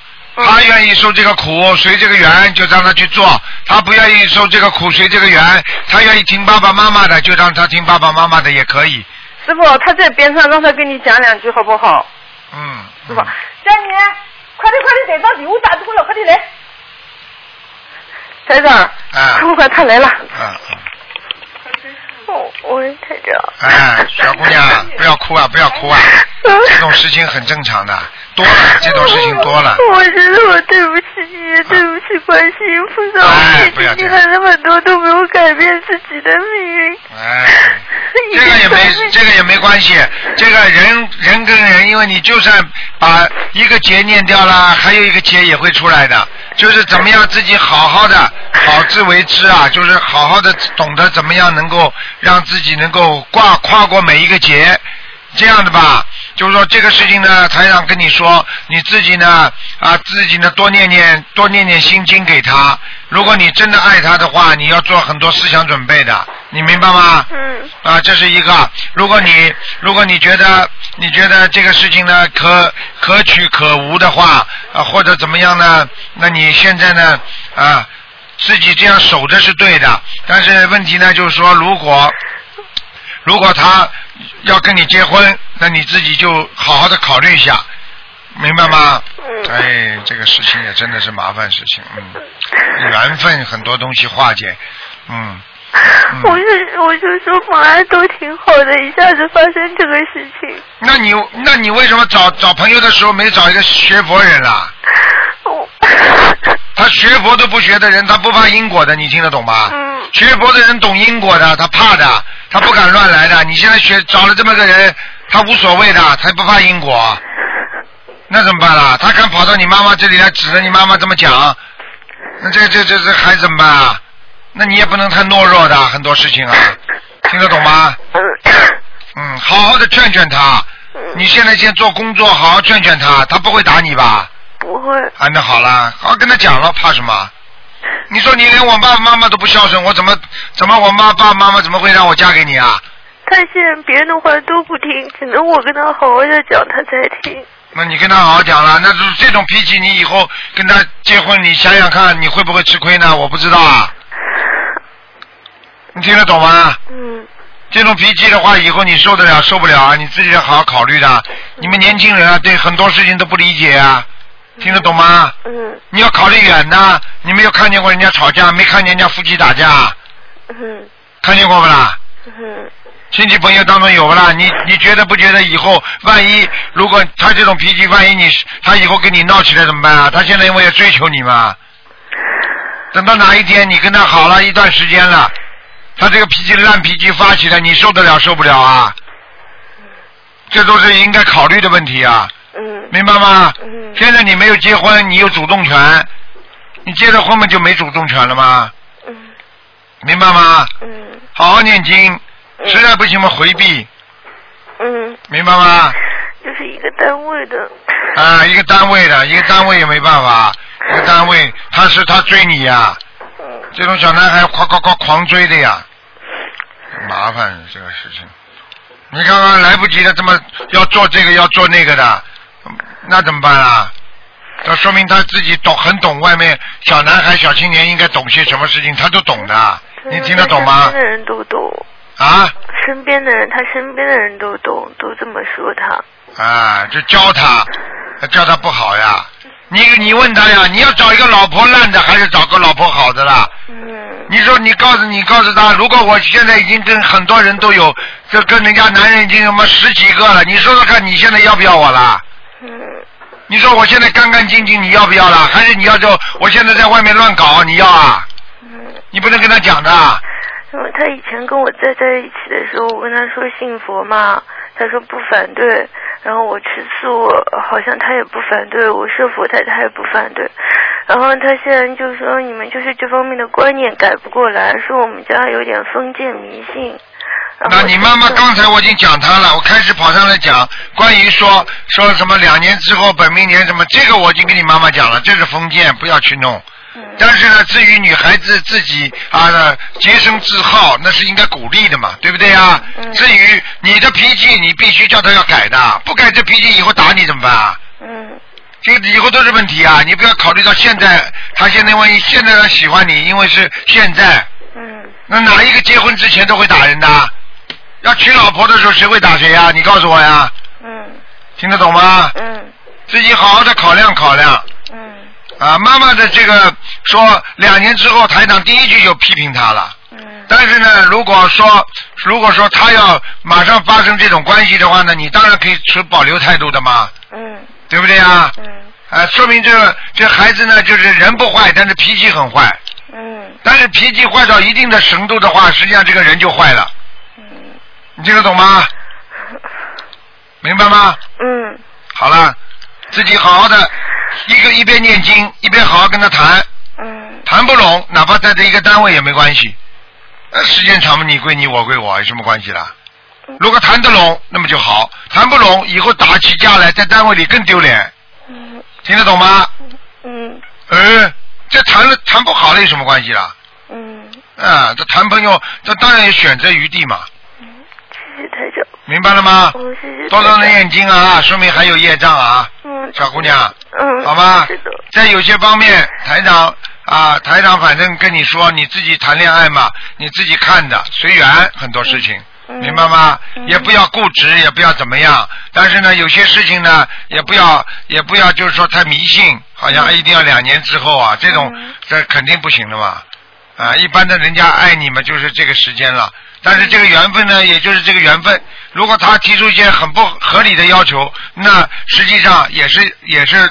Speaker 2: 她愿意受这个苦，随这个缘，就让她去做；她不愿意受这个苦，随这个缘，她愿意听爸爸妈妈的，就让她听爸爸妈妈的也可以。
Speaker 7: 师傅，他在边上，让他跟你讲两句好不好？
Speaker 2: 嗯，
Speaker 7: 师傅，
Speaker 2: 嗯
Speaker 7: 佳妮，快点快点，台长电话打通了，快点来。台长，
Speaker 2: 哎
Speaker 7: 快快，他来了。
Speaker 2: 嗯嗯
Speaker 7: 哦，喂，台长。
Speaker 2: 哎，小姑娘，不要哭啊，不要哭啊，这种事情很正常的，多了，这种事情多了。
Speaker 7: 我觉得我对不起你，对不起观世音菩萨，
Speaker 2: 哎
Speaker 7: 我
Speaker 2: 不要
Speaker 7: 对
Speaker 2: 这
Speaker 7: 你
Speaker 2: 样
Speaker 7: 还有很多都没有改变自己的命运。
Speaker 2: 哎，这个也没，这个也没关系。这个人人跟人，因为你就算把一个结念掉了，还有一个结也会出来的。就是怎么样自己好好的好自为之啊，就是好好的懂得怎么样能够让自己能够跨跨过每一个结。这样的吧，就是说这个事情呢，台长跟你说，你自己呢啊，自己呢多念念多念念心经给他。如果你真的爱他的话，你要做很多思想准备的，你明白吗？
Speaker 7: 嗯
Speaker 2: 啊，这是一个。如果你如果你觉得你觉得这个事情呢可可取可无的话，啊或者怎么样呢？那你现在呢啊自己这样守着是对的，但是问题呢就是说，如果如果他要跟你结婚，那你自己就好好的考虑一下，明白吗？
Speaker 7: 嗯
Speaker 2: 哎，这个事情也真的是麻烦事情，嗯，缘分很多东西化解，嗯。嗯
Speaker 7: 我就我就说本来都挺好的，一下子发生这个事情，
Speaker 2: 那你那你为什么找找朋友的时候没找一个学佛人啦？
Speaker 7: 我
Speaker 2: 他学佛都不学的人，他不怕因果的，你听得懂吗？
Speaker 7: 嗯
Speaker 2: 学佛的人懂因果的，他怕的，他不敢乱来的。你现在学找了这么个人，他无所谓的，他不怕因果，那怎么办啊啦？他敢跑到你妈妈这里来指着你妈妈这么讲，那这这这这还怎么办啊？那你也不能太懦弱的，很多事情啊，听得懂吗？嗯，好好的劝劝他。你现在先做工作，好好劝劝他，他不会打你吧？
Speaker 7: 不会，
Speaker 2: 啊，那好啦，好好跟他讲了，怕什么？你说你连我爸爸妈妈都不孝顺，我怎么怎么我妈爸爸妈妈怎么会让我嫁给你啊？
Speaker 7: 他现在别人的话都不听，只能我跟他好好的讲，他才听。
Speaker 2: 那你跟他好好讲了，那就是这种脾气，你以后跟他结婚，你想想看你会不会吃亏呢？我不知道啊，你听得懂吗？
Speaker 7: 嗯
Speaker 2: 这种脾气的话，以后你受得了受不了啊？你自己要好好考虑的。啊你们年轻人啊，对很多事情都不理解啊，听得懂吗？
Speaker 7: 嗯
Speaker 2: 你要考虑远的，你没有看见过人家吵架，没看见人家夫妻打架，
Speaker 7: 嗯
Speaker 2: 看见过不啦？
Speaker 7: 嗯
Speaker 2: 亲戚朋友当中有不啦？你你觉得不觉得以后万一如果他这种脾气，万一你他以后跟你闹起来怎么办啊？他现在因为要追求你嘛，等到哪一天你跟他好了一段时间了，他这个脾气烂脾气发起来，你受得了受不了啊？这都是应该考虑的问题啊。
Speaker 7: 嗯
Speaker 2: 明白吗？
Speaker 7: 嗯
Speaker 2: 现在你没有结婚，你有主动权，你结了婚嘛就没主动权了吗？
Speaker 7: 嗯
Speaker 2: 明白吗？
Speaker 7: 嗯
Speaker 2: 好好念经，
Speaker 7: 嗯
Speaker 2: 实在不行嘛回避，
Speaker 7: 嗯，
Speaker 2: 明白吗？
Speaker 7: 就是一个单位的。
Speaker 2: 啊，一个单位的，一个单位也没办法，一个单位他是他追你呀、
Speaker 7: 嗯
Speaker 2: 这种小男孩狂狂狂狂追的呀，麻烦这个事情。你看看来不及了，这么要做这个要做那个的，嗯那怎么办啊？那说明他自己懂，很懂外面小男孩、小青年应该懂些什么事情，他都懂的。你听得懂吗
Speaker 4: 身？边的人都懂，
Speaker 2: 啊
Speaker 4: 身边的人，他身边的人都懂，都这么说他。
Speaker 2: 啊，就教他，教他不好呀。你你问他呀，你要找一个老婆烂的，还是找个老婆好的啦？
Speaker 4: 嗯，
Speaker 2: 你说你告诉你告诉他，如果我现在已经跟很多人都有，这跟人家男人已经什么十几个了，你说说看，你现在要不要我啦？
Speaker 4: 嗯，
Speaker 2: 你说我现在干干净净，你要不要啦？还是你要就我现在在外面乱搞，你要啊？
Speaker 4: 嗯，
Speaker 2: 你不能跟他讲的，啊
Speaker 4: 因为他以前跟我在在一起的时候，我跟他说信佛嘛，他说不反对，然后我吃素，好像他也不反对，我设佛台他也不反对，然后他现在就说你们就是这方面的观念改不过来，说我们家有点封建迷信。然后
Speaker 2: 那你妈妈刚才我已经讲她了，我开始跑上来讲关于说说什么两年之后本命年什么，这个我已经跟你妈妈讲了，这是封建，不要去弄。
Speaker 4: 嗯
Speaker 2: 但是呢，至于女孩子自己啊、呃洁身自好，那是应该鼓励的嘛，对不对啊？
Speaker 4: 嗯
Speaker 2: 至于你的脾气，你必须叫她要改的，不改这脾气以后打你怎么办啊？
Speaker 4: 嗯
Speaker 2: 这个以后都是问题啊！你不要考虑到现在，她现在万一现在她喜欢你，因为是现在，
Speaker 4: 嗯
Speaker 2: 那哪一个结婚之前都会打人的？要娶老婆的时候谁会打谁呀、你告诉我呀，
Speaker 4: 嗯
Speaker 2: 听得懂吗？
Speaker 4: 嗯
Speaker 2: 自己好好的考量考量。
Speaker 4: 嗯
Speaker 2: 啊，妈妈的这个说两年之后，台长第一句就批评她了。
Speaker 4: 嗯
Speaker 2: 但是呢，如果说如果说他要马上发生这种关系的话呢，你当然可以持保留态度的嘛，
Speaker 4: 嗯
Speaker 2: 对不对啊？
Speaker 4: 嗯
Speaker 2: 啊，说明这个这孩子呢，就是人不坏，但是脾气很坏。
Speaker 4: 嗯
Speaker 2: 但是脾气坏到一定的程度的话，实际上这个人就坏了。
Speaker 4: 嗯
Speaker 2: 你听得懂吗？明白吗？
Speaker 4: 嗯
Speaker 2: 好了，自己好好的，一个一边念经，一边好好跟他谈，
Speaker 4: 嗯
Speaker 2: 谈不拢，哪怕在这一个单位也没关系。那时间长嘛，你归你，我归我，有什么关系啦？
Speaker 4: 嗯
Speaker 2: 如果谈得拢，那么就好；谈不拢，以后打起架来，在单位里更丢脸。
Speaker 4: 嗯
Speaker 2: 听得懂吗？
Speaker 4: 嗯
Speaker 2: 嗯，这谈了谈不好了有什么关系啦？
Speaker 4: 嗯，
Speaker 2: 啊，这谈朋友，这当然有选择余地嘛，
Speaker 4: 谢谢台长，
Speaker 2: 明白了吗？
Speaker 4: 我谢谢台
Speaker 2: 多
Speaker 4: 长
Speaker 2: 多的念经啊，说明还有业障啊，
Speaker 4: 嗯
Speaker 2: 小姑娘，
Speaker 4: 嗯，
Speaker 2: 好吗
Speaker 4: 是的，？
Speaker 2: 在有些方面，台长啊，台长反正跟你说，你自己谈恋爱嘛，你自己看的，随缘很多事情。
Speaker 4: 嗯
Speaker 2: 明白吗？
Speaker 4: 嗯
Speaker 2: 也不要固执，也不要怎么样。但是呢，有些事情呢，也不要，也不要，就是说太迷信，好像哎一定要两年之后啊，这种、
Speaker 4: 嗯
Speaker 2: 这肯定不行的嘛。啊，一般的人家爱你们就是这个时间了，但是这个缘分呢，也就是这个缘分。如果他提出一些很不合理的要求，那实际上也是也是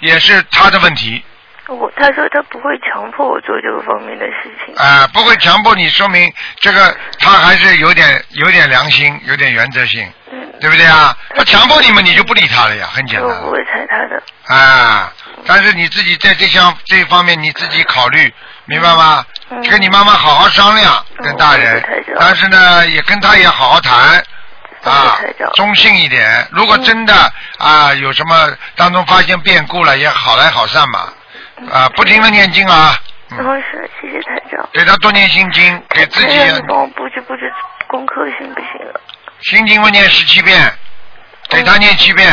Speaker 2: 也是他的问题
Speaker 4: 我他说他不会强迫我做这个方面的事情，
Speaker 2: 啊、不会强迫你，说明这个他还是有点有点良心，有点原则性。
Speaker 4: 嗯，
Speaker 2: 对不对啊？他强迫你们，你就不理他了呀，很简
Speaker 4: 我不
Speaker 2: 单
Speaker 4: 会踩他的，
Speaker 2: 啊。但是你自己在这项这方面你自己考虑，明白吗？
Speaker 4: 嗯
Speaker 2: 跟你妈妈好好商量，
Speaker 4: 嗯
Speaker 2: 跟大人
Speaker 4: 我会的台长，
Speaker 2: 但是呢，也跟他也好好谈。啊
Speaker 4: 谢谢台长，嗯
Speaker 2: 中性一点。如果真的啊有什么当中发现变故了，也好来好散嘛。
Speaker 4: 嗯
Speaker 2: 啊，不停的念经啊，
Speaker 4: 然
Speaker 2: 嗯，
Speaker 4: 后哦是谢谢台长，
Speaker 2: 给他多念心经，给自己
Speaker 4: 台长你帮我布置布置功课行不行啊？
Speaker 2: 心经会念十七遍，给他念七遍。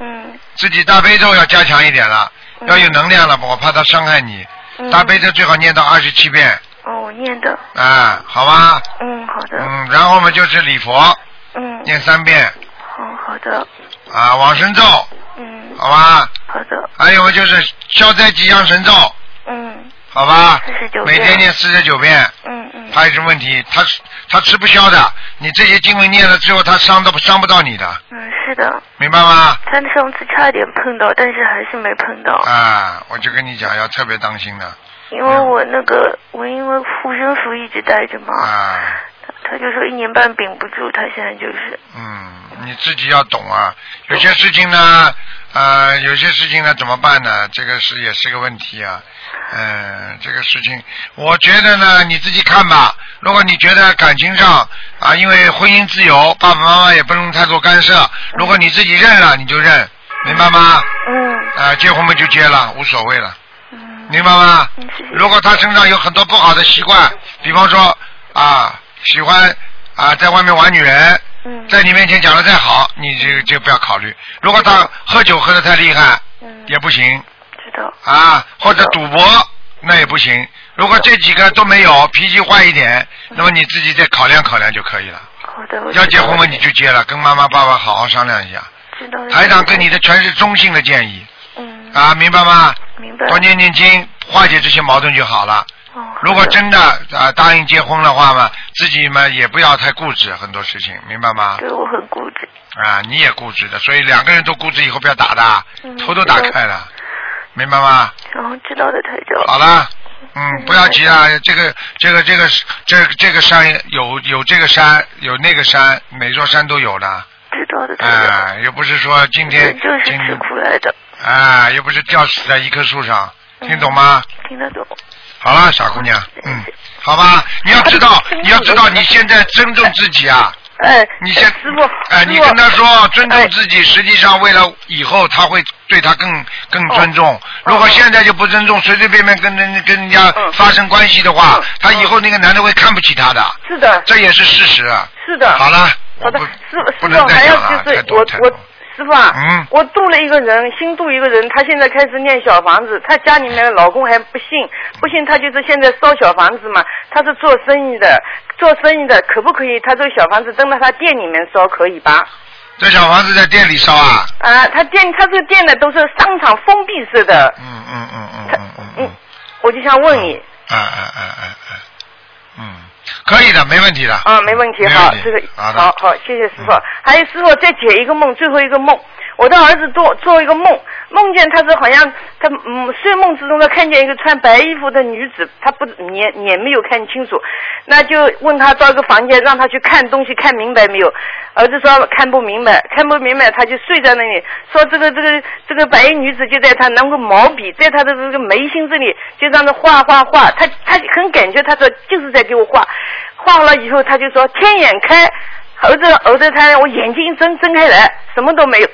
Speaker 4: 嗯
Speaker 2: 自己大悲咒要加强一点了，
Speaker 4: 嗯
Speaker 2: 要有能量了，我怕他伤害你。
Speaker 4: 嗯，
Speaker 2: 大悲咒最好念到二十七遍，
Speaker 4: 哦，我念的，
Speaker 2: 啊，好吧，
Speaker 4: 嗯，好的，
Speaker 2: 嗯，然后我们就是礼佛，
Speaker 4: 嗯，
Speaker 2: 念三遍，
Speaker 4: 好好的，
Speaker 2: 啊，往生咒，
Speaker 4: 嗯，
Speaker 2: 好吧，
Speaker 4: 好的，
Speaker 2: 还有就是消灾吉祥神咒，
Speaker 4: 嗯
Speaker 2: 好吧
Speaker 4: 49，
Speaker 2: 每天念四十九遍，
Speaker 4: 嗯嗯，
Speaker 2: 他有什么问题？他他吃不消的，你这些经文念了之后，他伤都不伤不到你的，
Speaker 4: 嗯，是的，
Speaker 2: 明白吗？
Speaker 4: 他上次差点碰到，但是还是没碰到。
Speaker 2: 啊，我就跟你讲，要特别当心的，
Speaker 4: 因为我那个我因为护身符一直带着嘛，
Speaker 2: 啊。
Speaker 4: 他他就说一年半顶不住，他现在就是，
Speaker 2: 嗯，你自己要懂啊，有些事情呢，呃，有些事情呢怎么办呢？这个是也是个问题啊。嗯、这个事情，我觉得呢，你自己看吧。如果你觉得感情上啊，因为婚姻自由，爸爸妈妈也不能太多干涉。如果你自己认了，你就认，明白吗？
Speaker 4: 嗯
Speaker 2: 啊、结婚嘛就结了，无所谓了，
Speaker 4: 嗯
Speaker 2: 明白吗？
Speaker 4: 嗯，谢谢，
Speaker 2: 如果他身上有很多不好的习惯，比方说啊，喜欢啊，在外面玩女人，
Speaker 4: 嗯
Speaker 2: 在你面前讲的再好，你就就不要考虑。如果他喝酒喝的太厉害，
Speaker 4: 嗯，
Speaker 2: 也不行
Speaker 4: 知道，
Speaker 2: 啊，或者赌博那也不行。如果这几个都没有，脾气坏一点，那么你自己再考量考量就可以了。
Speaker 4: 好的，我
Speaker 2: 要
Speaker 4: 知
Speaker 2: 结
Speaker 4: 道
Speaker 2: 婚
Speaker 4: 了
Speaker 2: 嘛，你就结了，跟妈妈爸爸好好商量一下。
Speaker 4: 知道了
Speaker 2: 台长给你的全是中性的建议
Speaker 4: 嗯，
Speaker 2: 啊，明白吗？
Speaker 4: 明白了，
Speaker 2: 多念念经，化解这些矛盾就好了。
Speaker 4: 哦，好
Speaker 2: 如果
Speaker 4: 的
Speaker 2: 真的啊答应结婚的话嘛，自己嘛也不要太固执，很多事情明白吗？
Speaker 4: 对我很固执，
Speaker 2: 啊，你也固执的，所以两个人都固执，以后不要打的，
Speaker 4: 嗯
Speaker 2: 头都打开了，明白吗？
Speaker 4: 然后知道的太久
Speaker 2: 好
Speaker 4: 了，
Speaker 2: 了，嗯，不要急啊，这个这个这个这这个山有有这个山有那个山，每座山都有的，
Speaker 4: 知道的太久了，
Speaker 2: 啊，又不是说今天
Speaker 4: 人就是
Speaker 2: 今
Speaker 4: 吃苦来的，
Speaker 2: 啊，又不是吊死在一棵树上，
Speaker 4: 嗯
Speaker 2: 听懂吗？
Speaker 4: 听得懂，
Speaker 2: 好了，傻姑娘，嗯，好吧，你要 知道，你要知道，你现在尊重自己啊，
Speaker 4: 哎，
Speaker 2: 你先
Speaker 4: 师傅，
Speaker 2: 哎，
Speaker 4: 师
Speaker 2: 你
Speaker 4: 傅
Speaker 2: 跟他说尊重自己，实际上为了以后他会对他更更尊重。如果现在就不尊重，随随便便跟人跟人家
Speaker 7: 哦嗯
Speaker 2: 发生关系的话
Speaker 7: 嗯，
Speaker 2: 他以后那个男的会看不起他的，
Speaker 7: 是的，
Speaker 2: 这也是事实。啊
Speaker 7: 是的。
Speaker 2: 好了，
Speaker 7: 好
Speaker 2: 我
Speaker 7: 的
Speaker 2: 不，
Speaker 7: 师傅，
Speaker 2: 不
Speaker 7: 师
Speaker 2: 能
Speaker 7: 傅
Speaker 2: 再
Speaker 7: 还
Speaker 2: 讲
Speaker 7: 要
Speaker 2: 了，
Speaker 7: 就是
Speaker 2: 太多
Speaker 7: 我
Speaker 2: 太
Speaker 7: 我
Speaker 2: 多。
Speaker 7: 师傅啊，
Speaker 2: 嗯
Speaker 7: 我度了一个人，新度一个人，他现在开始念小房子，他家里面的老公还不信，不信他就是现在烧小房子嘛，他是做生意的，做生意的可不可以？他这个小房子登到他店里面烧可以吧？
Speaker 2: 这小房子在店里烧啊，
Speaker 7: 啊，他店他这个店呢都是商场封闭式的，
Speaker 2: 嗯嗯嗯嗯
Speaker 7: 他
Speaker 2: 嗯嗯嗯
Speaker 7: 嗯，，我就想问你
Speaker 2: 啊啊啊啊啊，嗯，可以的，没问题的。
Speaker 7: 啊，没问题，
Speaker 2: 没
Speaker 7: 好，这个
Speaker 2: 好的
Speaker 7: 好好，谢谢师傅。还有师傅再解一个梦，最后一个梦，我的儿子做做一个梦，梦见他是好像他嗯睡梦之中他看见一个穿白衣服的女子，他不也也没有看清楚，那就问他到一个房间让他去看东西看明白没有，儿子说看不明白，看不明白他就睡在那里，说这个这个这个白衣女子就在他拿个毛笔在他的这个眉心这里就让他画画画，他他很感觉他说就是在给我画，画了以后他就说天眼开。儿子，儿子，他我眼睛一睁睁开来，什么都没有。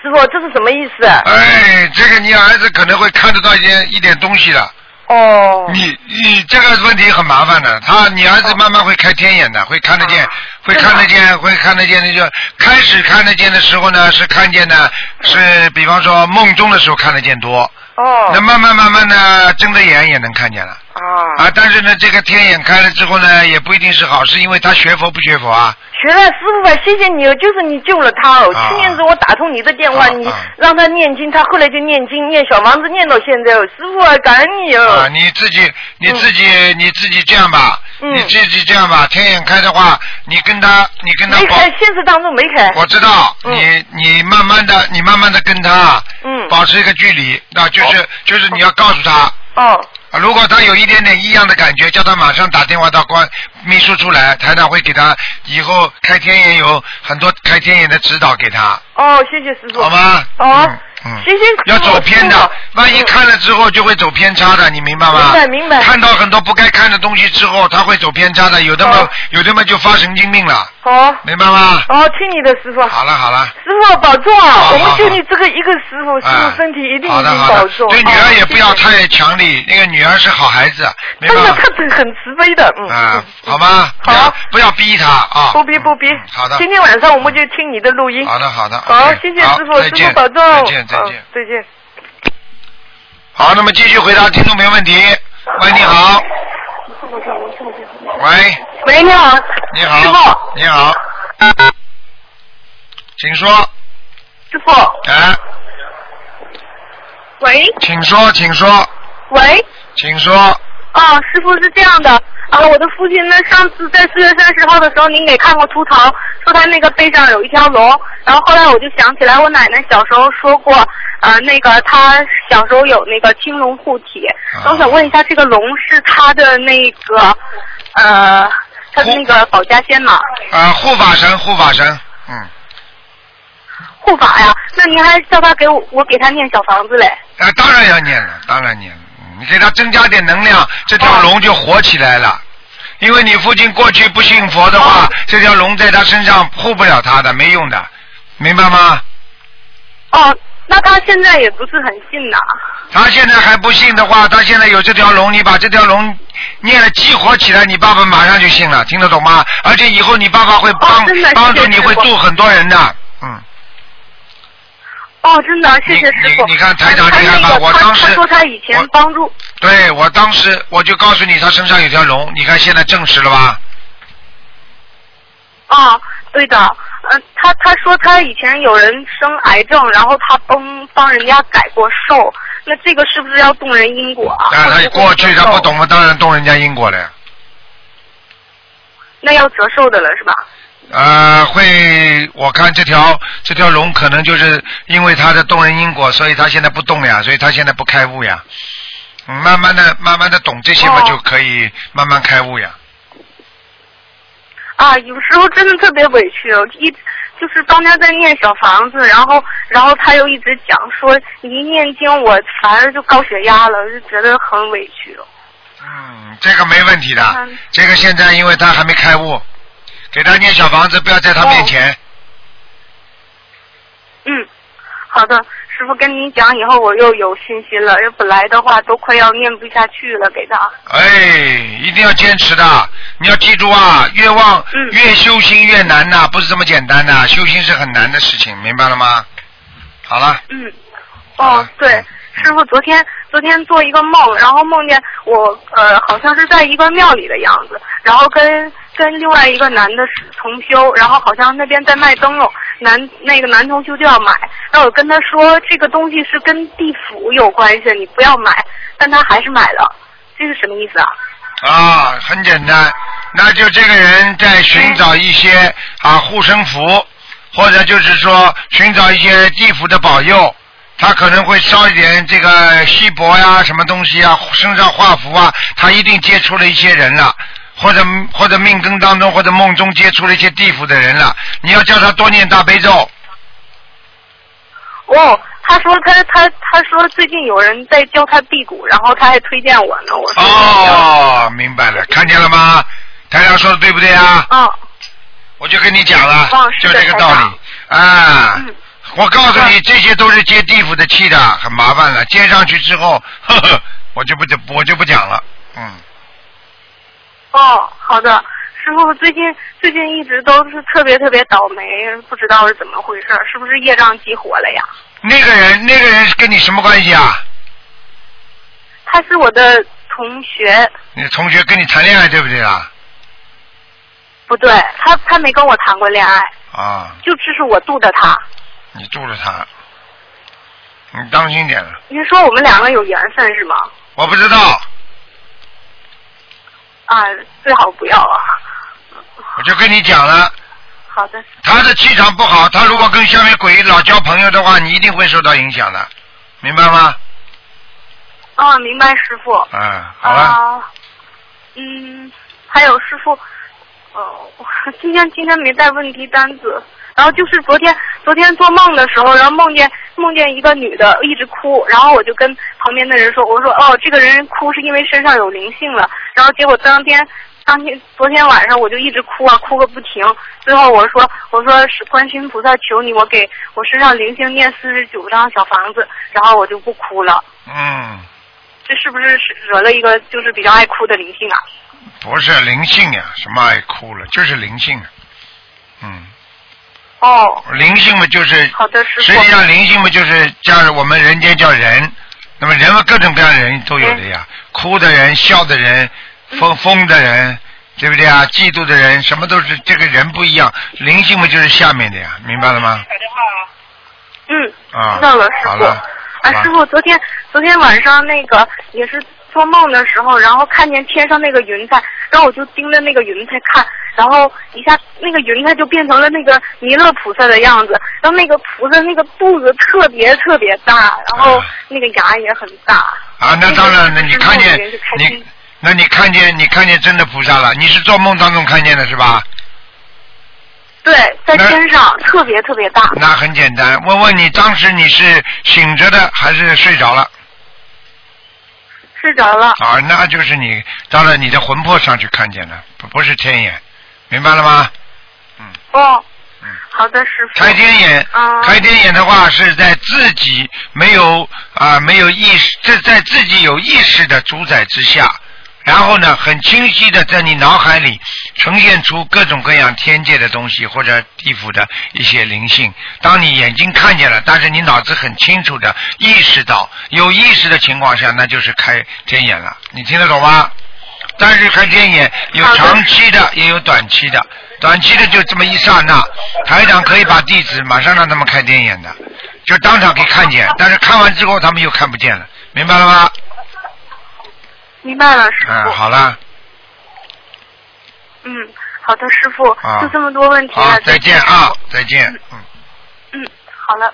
Speaker 7: 师傅，这是什么意思啊？
Speaker 2: 哎，这个你儿子可能会看得到一点一点东西的。
Speaker 7: 哦，
Speaker 2: 你你这个问题很麻烦的，他你儿子慢慢会开天眼的，会看得
Speaker 7: 啊
Speaker 2: 见，会看得见，会看得见那就开始看得见的时候呢，是看见的，是比方说梦中的时候看得见多，
Speaker 7: 哦
Speaker 2: 那，慢慢慢慢呢，睁着眼也能看见了
Speaker 7: 啊，
Speaker 2: 啊。但是呢，这个天眼开了之后呢，也不一定是好事，因为他学佛不学佛啊。
Speaker 7: 学了师傅吧，谢谢你，哦，就是你救了他哦。
Speaker 2: 啊
Speaker 7: 去年子我打通你的电话，
Speaker 2: 啊
Speaker 7: 你
Speaker 2: 啊
Speaker 7: 让他念经，他后来就念经，念小房子念到现在哦。师傅啊，感恩你
Speaker 2: 啊，
Speaker 7: 哦。
Speaker 2: 你自己你自己、你自己这样吧，
Speaker 7: 嗯
Speaker 2: 你自己这样吧，天眼开的话，你跟他你跟他
Speaker 7: 没
Speaker 2: 保，
Speaker 7: 开，现实当中没开。
Speaker 2: 我知道、
Speaker 7: 嗯
Speaker 2: 你你慢慢的你慢慢的跟他
Speaker 7: 嗯，
Speaker 2: 保持一个距离，那、就是、就是你要告诉他。
Speaker 7: 哦，
Speaker 2: 啊如果他有一点点异样的感觉，叫他马上打电话到官秘书处来，台长会给他以后开天眼有很多开天眼的指导给他，
Speaker 7: 哦，谢谢师傅。
Speaker 2: 好吗？
Speaker 7: 哦
Speaker 2: 嗯，嗯
Speaker 7: 谢谢师傅。
Speaker 2: 要走偏
Speaker 7: 师
Speaker 2: 的
Speaker 7: 傅，
Speaker 2: 万一看了之后就会走偏差的，你明白
Speaker 7: 明
Speaker 2: 吗？
Speaker 7: 白明白
Speaker 2: 看到很多不该看的东西之后，他会走偏差的，有的嘛
Speaker 7: 哦，
Speaker 2: 有的嘛就发神经病了，
Speaker 7: 好，
Speaker 2: 明白吗？
Speaker 7: 哦，听你的师傅。
Speaker 2: 好了好了，
Speaker 7: 师傅保重啊！
Speaker 2: 好
Speaker 7: 我们
Speaker 2: 好
Speaker 7: 就你这个一个师傅，师
Speaker 2: 啊
Speaker 7: 傅身体一定
Speaker 2: 好
Speaker 7: 一
Speaker 2: 的
Speaker 7: 定
Speaker 2: 好
Speaker 7: 保
Speaker 2: 的，
Speaker 7: 重。
Speaker 2: 对女
Speaker 7: 啊
Speaker 2: 儿也不要。嗯
Speaker 7: 谢谢
Speaker 2: 太强力，那个女儿是好孩子，明
Speaker 7: 但
Speaker 2: 白
Speaker 7: 是
Speaker 2: 吗？
Speaker 7: 他很很慈悲的，哦嗯。
Speaker 2: 啊
Speaker 7: 嗯，
Speaker 2: 好吗？不要
Speaker 7: 好
Speaker 2: 不要逼他啊！
Speaker 7: 不逼不逼。
Speaker 2: 嗯好的，
Speaker 7: 今天晚上我们就听你的录音。
Speaker 2: 好的好的。
Speaker 7: 好，
Speaker 2: OK，
Speaker 7: 谢谢
Speaker 2: 好
Speaker 7: 师傅，
Speaker 2: 再
Speaker 7: 师
Speaker 2: 见
Speaker 7: 傅保重。
Speaker 2: 再见再
Speaker 7: 嗯
Speaker 2: 见。
Speaker 7: 再见。
Speaker 2: 好，那么继续回答听众朋友问题。喂，你好。喂，
Speaker 6: 喂，你好，
Speaker 2: 你好，你好，请说。
Speaker 6: 师傅，
Speaker 2: 哎，
Speaker 6: 喂
Speaker 2: 请说，请说，
Speaker 6: 喂，
Speaker 2: 请说。
Speaker 6: 啊，师傅是这样的，啊，我的父亲呢，上次在四月三十号的时候，您给看过图腾，说他那个背上有一条龙，然后后来我就想起来，我奶奶小时候说过，呃，那个她小时候有那个青龙护体，
Speaker 2: 啊
Speaker 6: 那我想问一下，这个龙是她的那个，呃，她的那个保家仙吗？
Speaker 2: 啊，护法神，护法神，嗯，
Speaker 6: 护法呀？那您还叫他给我，我给他念小房子嘞？
Speaker 2: 啊，当然要念了，当然念了。嗯你给他增加点能量，这条龙就活起来了。因为你父亲过去不信佛的话，这条龙在他身上护不了他的，没用的，明白吗？
Speaker 6: 哦，
Speaker 8: 那他现在也不是很信呐、
Speaker 2: 他现在还不信的话，他现在有这条龙，你把这条龙念了激活起来，你爸爸马上就信了，听得懂吗？而且以后你爸爸会帮、
Speaker 8: 哦真的
Speaker 2: 帮助
Speaker 8: 谢谢
Speaker 2: 你，会
Speaker 8: 师傅
Speaker 2: 度很多人的。嗯，
Speaker 8: 哦，真的，谢谢师傅。
Speaker 2: 你你你看台长
Speaker 8: 他
Speaker 2: 你看吧
Speaker 8: 那个
Speaker 2: 我
Speaker 8: 他
Speaker 2: 当时
Speaker 8: 他说他以前
Speaker 2: 我
Speaker 8: 帮助，
Speaker 2: 对我当时我就告诉你，他身上有条龙，你看现在证实了吧？
Speaker 8: 啊，对的，嗯、他他说他以前有人生癌症，然后他帮帮人家改过寿，那这个是不是要动人因果啊？
Speaker 2: 但
Speaker 8: 或
Speaker 2: 哎他
Speaker 8: 者
Speaker 2: 过去
Speaker 8: 会折
Speaker 2: 他
Speaker 8: 寿
Speaker 2: 不，懂嘛，当然动人家因果了。
Speaker 8: 那要折寿的了是吧？
Speaker 2: 呃，会，我看这条这条龙可能就是因为它的动人因果，所以它现在不动呀，所以它现在不开悟呀。嗯慢慢的、慢慢的懂这些嘛，
Speaker 8: 哦
Speaker 2: 就可以慢慢开悟呀。
Speaker 8: 啊，有时候真的特别委屈，我一就是当家在念小房子，然后然后他又一直讲说你一念经我反而就高血压了，就觉得很委屈。哦
Speaker 2: 嗯，这个没问题的
Speaker 8: 嗯。
Speaker 2: 这个现在因为他还没开悟，给他念小房子，不要在他面
Speaker 8: 哦
Speaker 2: 前。
Speaker 8: 嗯，好的，师傅跟您讲以后我又有信心了，因为本来的话都快要念不下去了，给他。啊
Speaker 2: 哎，一定要坚持的。你要记住啊，越忘、
Speaker 8: 嗯
Speaker 2: 越修心越难呐、不是这么简单的、修心是很难的事情，明白了吗？好了。
Speaker 8: 嗯，哦，对，师傅昨天昨天做一个梦，然后梦见我呃好像是在一个庙里的样子，然后跟跟另外一个男的是同修，然后好像那边在卖灯笼，男那个男同修就要买，然后我跟他说这个东西是跟地府有关系，你不要买，但他还是买了，这是什么意思啊？
Speaker 2: 啊，很简单，那就这个人在寻找一些啊护身符，或者就是说寻找一些地府的保佑，他可能会烧一点这个锡箔呀、什么东西啊，身上画符啊，他一定接触了一些人了。或者或者命根当中或者梦中接触了一些地府的人了，你要叫他多念大悲咒，
Speaker 8: 哦，他说他他他说最近有人在教他辟谷，然后他还推荐我呢，我说
Speaker 2: 哦，明白了，看见了吗？台长说的对不对啊？
Speaker 8: 嗯、哦，
Speaker 2: 我就跟你讲了，
Speaker 8: 哦是
Speaker 2: 就
Speaker 8: 的
Speaker 2: 这个道
Speaker 8: 台
Speaker 2: 理
Speaker 8: 长
Speaker 2: 啊。
Speaker 8: 嗯
Speaker 2: 我告诉你，
Speaker 8: 是
Speaker 2: 这些都是接地府的气的，很麻烦了。接上去之后，呵呵，我就不讲，我就不讲了。嗯，
Speaker 8: 哦，好的，师傅，最近最近一直都是特别特别倒霉，不知道是怎么回事，是不是业障激活了呀？
Speaker 2: 那个人，那个人是跟你什么关系啊？
Speaker 8: 他是我的同学，
Speaker 2: 你同学跟你谈恋爱对不对啊？
Speaker 8: 不对，他他没跟我谈过恋爱，
Speaker 2: 啊，
Speaker 8: 就只是我度的他。
Speaker 2: 你住了他，你当心点了。
Speaker 8: 您说我们两个有缘分是吗？
Speaker 2: 我不知道，
Speaker 8: 啊，最好不要啊。
Speaker 2: 我就跟你讲了，
Speaker 8: 好的，
Speaker 2: 他的气场不好，他如果跟下面鬼老交朋友的话，你一定会受到影响的，明白吗？
Speaker 8: 哦，明白，师傅。
Speaker 2: 嗯，好了。
Speaker 8: 啊，嗯，还有师傅，呃， 我今天今天没带问题单子，然后就是昨天昨天做梦的时候，然后梦见梦见一个女的一直哭，然后我就跟旁边的人说，我说哦，这个人哭是因为身上有灵性了，然后结果当天。当天昨天晚上我就一直哭啊，哭个不停。最后我说我说是观世音菩萨求你，我给我身上灵性念四十九张小房子，然后我就不哭了。
Speaker 2: 嗯，
Speaker 8: 这是不是是惹了一个就是比较爱哭的灵性啊？
Speaker 2: 不是灵性呀、什么爱哭了，就是灵性、啊。嗯，
Speaker 8: 哦，
Speaker 2: 灵性嘛就是，
Speaker 8: 好的，师
Speaker 2: 实际
Speaker 8: 傅。
Speaker 2: 上灵性嘛就是叫我们人间叫人，那么人嘛各种各样的人都有的呀，哭的人、笑的人、
Speaker 8: 嗯
Speaker 2: 疯疯的人，对不对啊？嫉妒的人，什么都是这个人不一样，灵性嘛就是下面的呀，明白了吗？
Speaker 8: 嗯，
Speaker 2: 啊，
Speaker 8: 知道了，师
Speaker 2: 好
Speaker 8: 傅。
Speaker 2: 了，好
Speaker 8: 啊，
Speaker 2: 了
Speaker 8: 师傅，昨天昨天晚上那个也是做梦的时候，然后看见天上那个云彩，然后我就盯着那个云彩看，然后一下那个云彩就变成了那个弥勒菩萨的样子，然后那个菩萨那个肚子特别特别大，然后
Speaker 2: 啊
Speaker 8: 那个牙也很大。
Speaker 2: 啊，那当然了，
Speaker 8: 那个
Speaker 2: 你看见
Speaker 8: 是梦里面就开心
Speaker 2: 你，那你看见你看见真的菩萨了，你是做梦当中看见的是吧？
Speaker 8: 对，在
Speaker 2: 那
Speaker 8: 天上特别特别大。
Speaker 2: 那很简单，问问你当时你是醒着的还是睡着了
Speaker 8: 睡着了。
Speaker 2: 啊？那就是你到了你的魂魄上去看见了，不不是天眼，明白了吗？
Speaker 8: 哦，好的，师傅。
Speaker 2: 开天眼
Speaker 8: 啊，，
Speaker 2: 开天眼的话是在自己没有啊、没有意识，这在自己有意识的主宰之下，然后呢，很清晰的在你脑海里呈现出各种各样天界的东西或者地府的一些灵性。当你眼睛看见了，但是你脑子很清楚的意识到，有意识的情况下，那就是开天眼了。你听得懂吗？但是开天眼有长期的，也有短期的。短期的就这么一刹那，台长可以把地址马上让他们开天眼的，就当场可以看见。但是看完之后他们又看不见了，明白了吗？
Speaker 8: 明白了，师
Speaker 2: 嗯，
Speaker 8: 傅。
Speaker 2: 好了，
Speaker 8: 嗯，好的，师傅
Speaker 2: 啊，
Speaker 8: 就这么多问题
Speaker 2: 好
Speaker 8: 了，，
Speaker 2: 再见啊，再见。嗯，
Speaker 8: 嗯，好了。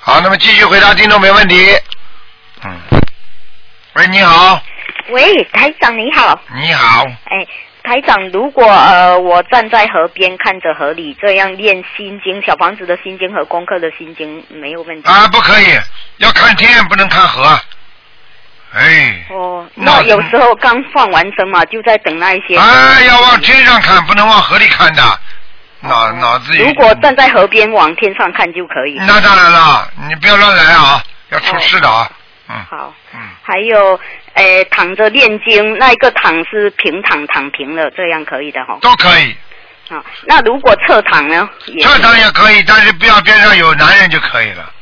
Speaker 2: 好，那么继续回答听众没问题。嗯，喂，你好，
Speaker 9: 喂，台长你好，
Speaker 2: 你好，
Speaker 9: 哎，台长，如果呃我站在河边看着河里，这样练心经、小房子的心经和功课的心经没有问题。
Speaker 2: 啊，不可以，要看天，不能看河。哎，
Speaker 9: 哦，
Speaker 2: 那
Speaker 9: 那有时候刚放完生嘛，就在等那一些。
Speaker 2: 哎，要往天上看，不能往河里看的，脑脑子有
Speaker 9: 如果站在河边往天上看就可以。
Speaker 2: 那当然了，你不要乱来啊，要出事的啊。嗯，
Speaker 9: 好，
Speaker 2: 嗯，
Speaker 9: 还有，呃，躺着念经，那一个躺是平躺躺平了，这样可以的哈、
Speaker 2: 都可以，
Speaker 9: 啊，那如果侧躺呢？也
Speaker 2: 这当然也可以，但是不要边上有男人就可以了。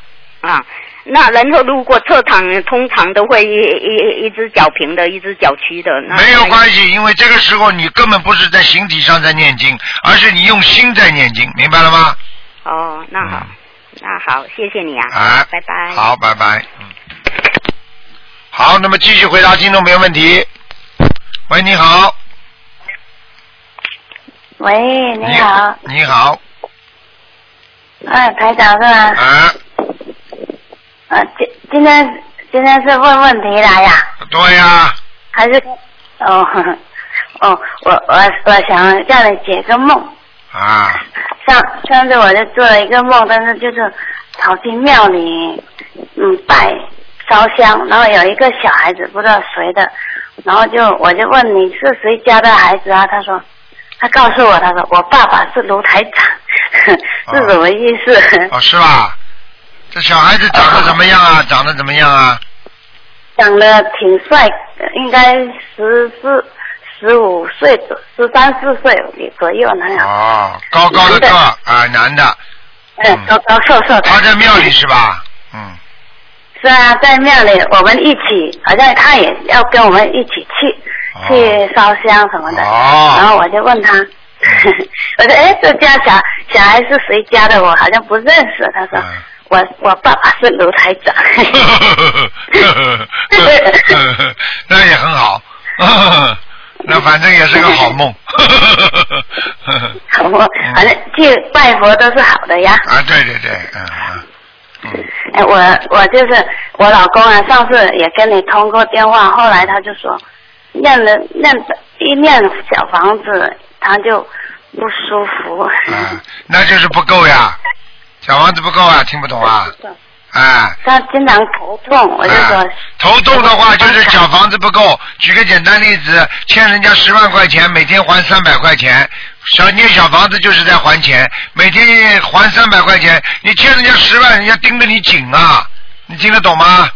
Speaker 9: 啊，那然后如果侧躺，通常都会一一一一只脚平的，一只脚曲的。
Speaker 10: 啊
Speaker 9: 那
Speaker 2: 没有关系，因为这个时候你根本不是在形体上在念经，而是你用心在念经，明白了吗？
Speaker 9: 哦，
Speaker 10: 啊
Speaker 9: 那好，那好，谢谢你啊，
Speaker 2: 啊
Speaker 9: 拜拜。
Speaker 2: 嗯好，拜拜。嗯，好，那么继续回答听众朋友问题。喂，你好，
Speaker 10: 喂，你好，
Speaker 2: 你好，
Speaker 10: 嗯，台长是吗？
Speaker 2: 啊，
Speaker 10: 嗯，今今天今天是问问题来呀？
Speaker 2: 对呀、
Speaker 10: 还是哦 呵呵哦，我我我想让你解个梦。
Speaker 2: 啊，
Speaker 10: 上上次我就做了一个梦，但是就是跑去庙里，嗯，拜烧香，然后有一个小孩子不知道谁的，然后就我就问你是谁家的孩子啊？他说，他告诉我，他说我爸爸是卢台长， 是什么意思？
Speaker 2: 哦，是吧？这小孩子长得怎么样啊？长得怎么样啊？
Speaker 10: 长得挺帅，应该十四、十五岁左、十三四岁左右那样。
Speaker 2: 哦，高高的个儿啊，男的。
Speaker 10: 嗯，高高瘦瘦的。
Speaker 2: 他在庙里是吧？嗯，
Speaker 10: 是啊，在庙里我们一起，好像他也要跟我们一起去、去烧香什么的。
Speaker 2: 哦
Speaker 10: 然后我就问他， 我说：“哎，这家小小孩是谁家的？我好像不认识。”他
Speaker 2: 嗯
Speaker 10: 说：“我我爸爸是卢台 长。
Speaker 2: 那也很好，那反正也是个好梦。
Speaker 10: 我
Speaker 2: 嗯
Speaker 10: 反正去拜佛都是好的呀。
Speaker 2: 啊，对对对，嗯嗯，
Speaker 10: 哎，我我就是我老公啊，上次也跟你通过电话，后来他就说，念了念一念小房子，他就不舒服。
Speaker 2: 那就是不够呀，小房子不够啊，听不懂啊？哎，
Speaker 10: 他经常头痛，我就说，
Speaker 2: 头痛的话就是小房子不够。举个简单例子，欠人家十万块钱，每天还三百块钱，小念小房子就是在还钱，每天还三百块钱，你欠人家十万，人家盯着你紧啊，你听得懂吗？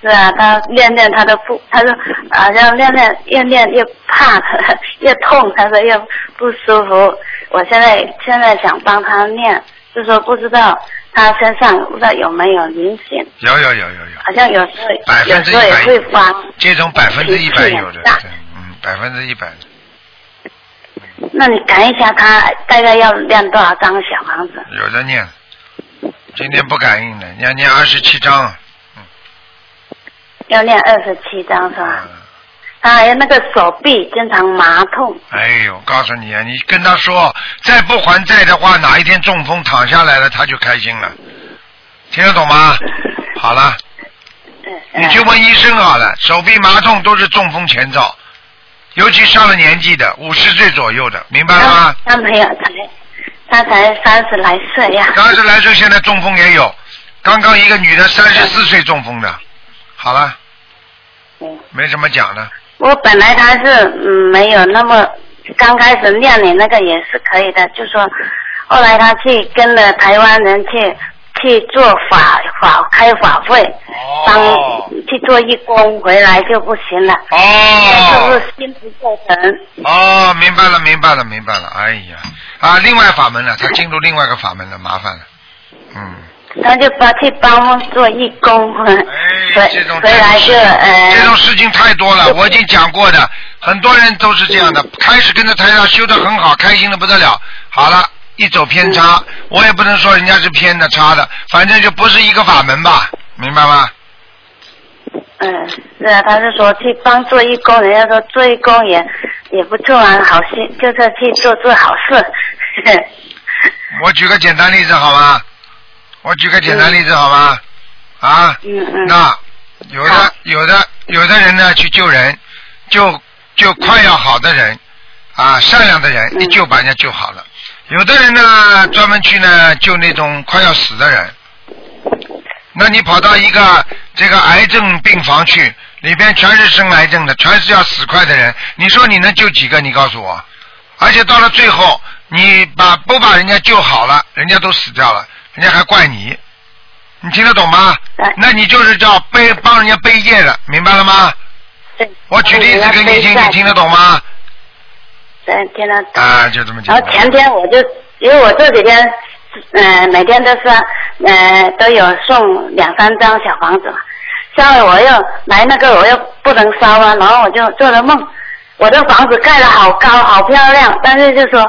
Speaker 10: 是啊，他练练他都不，他说好像练练越练越怕， 越痛，他说越不舒服。我现在现在想帮他念，就说不知道他身上不知道有没有灵性，
Speaker 2: 有有有有有，
Speaker 10: 好像有时候
Speaker 2: 百分
Speaker 10: 有
Speaker 2: 之
Speaker 10: 时候也
Speaker 2: 100
Speaker 10: 会发。
Speaker 2: 这种百分之一百有的
Speaker 10: 脾气很大，
Speaker 2: 嗯，百分之一百。
Speaker 10: 那你赶一下他大概要练多少张小房子？
Speaker 2: 有的念，今天不感应的，你要念二十七章，
Speaker 10: 要练二十七张是吧？他还有那个手臂经常麻痛，
Speaker 2: 哎呦，告诉你啊，你跟他说再不还债的话，哪一天中风躺下来了，他就开心了，听得懂吗？好了，
Speaker 10: 嗯
Speaker 2: 你去问医生好了，手臂麻痛都是中风前兆，尤其上了年纪的，五十岁左右的，明白了吗？
Speaker 10: 啊他没有才，他才三十来岁呀、
Speaker 2: 三十来岁现在中风也有，刚刚一个女的三十四岁中风的，好了，没什么讲的，
Speaker 10: 我本来他是嗯没有那么刚开始念你那个也是可以的，就说后来他去跟了台湾人去去做法法开法会，当去做义工回来就不行了。
Speaker 2: 哦，
Speaker 10: 是不是心不够诚？
Speaker 2: 哦，明白了，明白了，明白了。哎呀，啊，另外法门了，他进入另外一个法门了，麻烦了。嗯，
Speaker 10: 他就帮去帮忙做义工，回回来就呃
Speaker 2: 这种事情太多了，我已经讲过的，很多人都是这样的。开始跟着台上修的很好，开心的不得了，好了，一走偏差，我也不能说人家是偏的差的，反正就不是一个法门吧，明白吗？
Speaker 10: 嗯，是啊，他是说去帮做义工，人家说做义工也也不错啊，好心就是去做做好事。
Speaker 2: 我举个简单例子好吗？我举个简单例子好吗？啊，那有的有的有的人呢去救人，救救快要好的人，啊，善良的人一救把人家救好了。有的人呢专门去呢救那种快要死的人。那你跑到一个这个癌症病房去，里边全是生癌症的，全是要死快的人，你说你能救几个？你告诉我。而且到了最后，你把不把人家救好了，人家都死掉了，人家还怪你，你听得懂吗？那你就是叫背帮人家背业了，明白了吗？我举例子给你听，你听得懂吗？
Speaker 10: 嗯，听得懂。
Speaker 2: 啊，就这么讲
Speaker 10: 然。后前天我就，因为我这几天，嗯、每天都是，嗯，都有送两三张小房子嘛。下回我又来那个，我又不能烧啊，然后我就做了梦，我的房子盖得好高，好漂亮，但是就说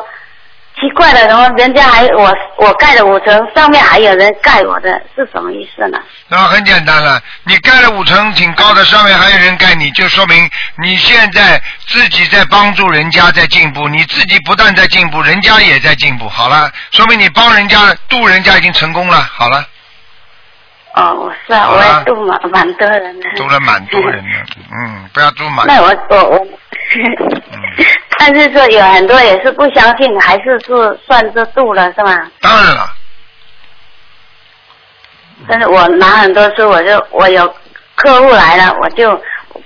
Speaker 10: 奇怪的，然后人家还我我盖了五层，上面还有人盖我的，是什么意思呢？
Speaker 2: 那啊很简单了，你盖了五层挺高的，上面还有人盖你，就说明你现在自己在帮助人家在进步，你自己不但在进步，人家也在进步。好了，说明你帮人家渡人家已经成功了。好了，
Speaker 10: 哦，我是啊，
Speaker 2: 好
Speaker 10: 我
Speaker 2: 啊
Speaker 10: 也度蛮蛮多人的。
Speaker 2: 渡了蛮多人的，嗯，不要渡满。
Speaker 10: 那我我我， 但是说有很多也是不相信，还是是算是度了是吗？
Speaker 4: 嗯
Speaker 2: 当然了，
Speaker 10: 但是我拿很多书，我就我有客户来了，我就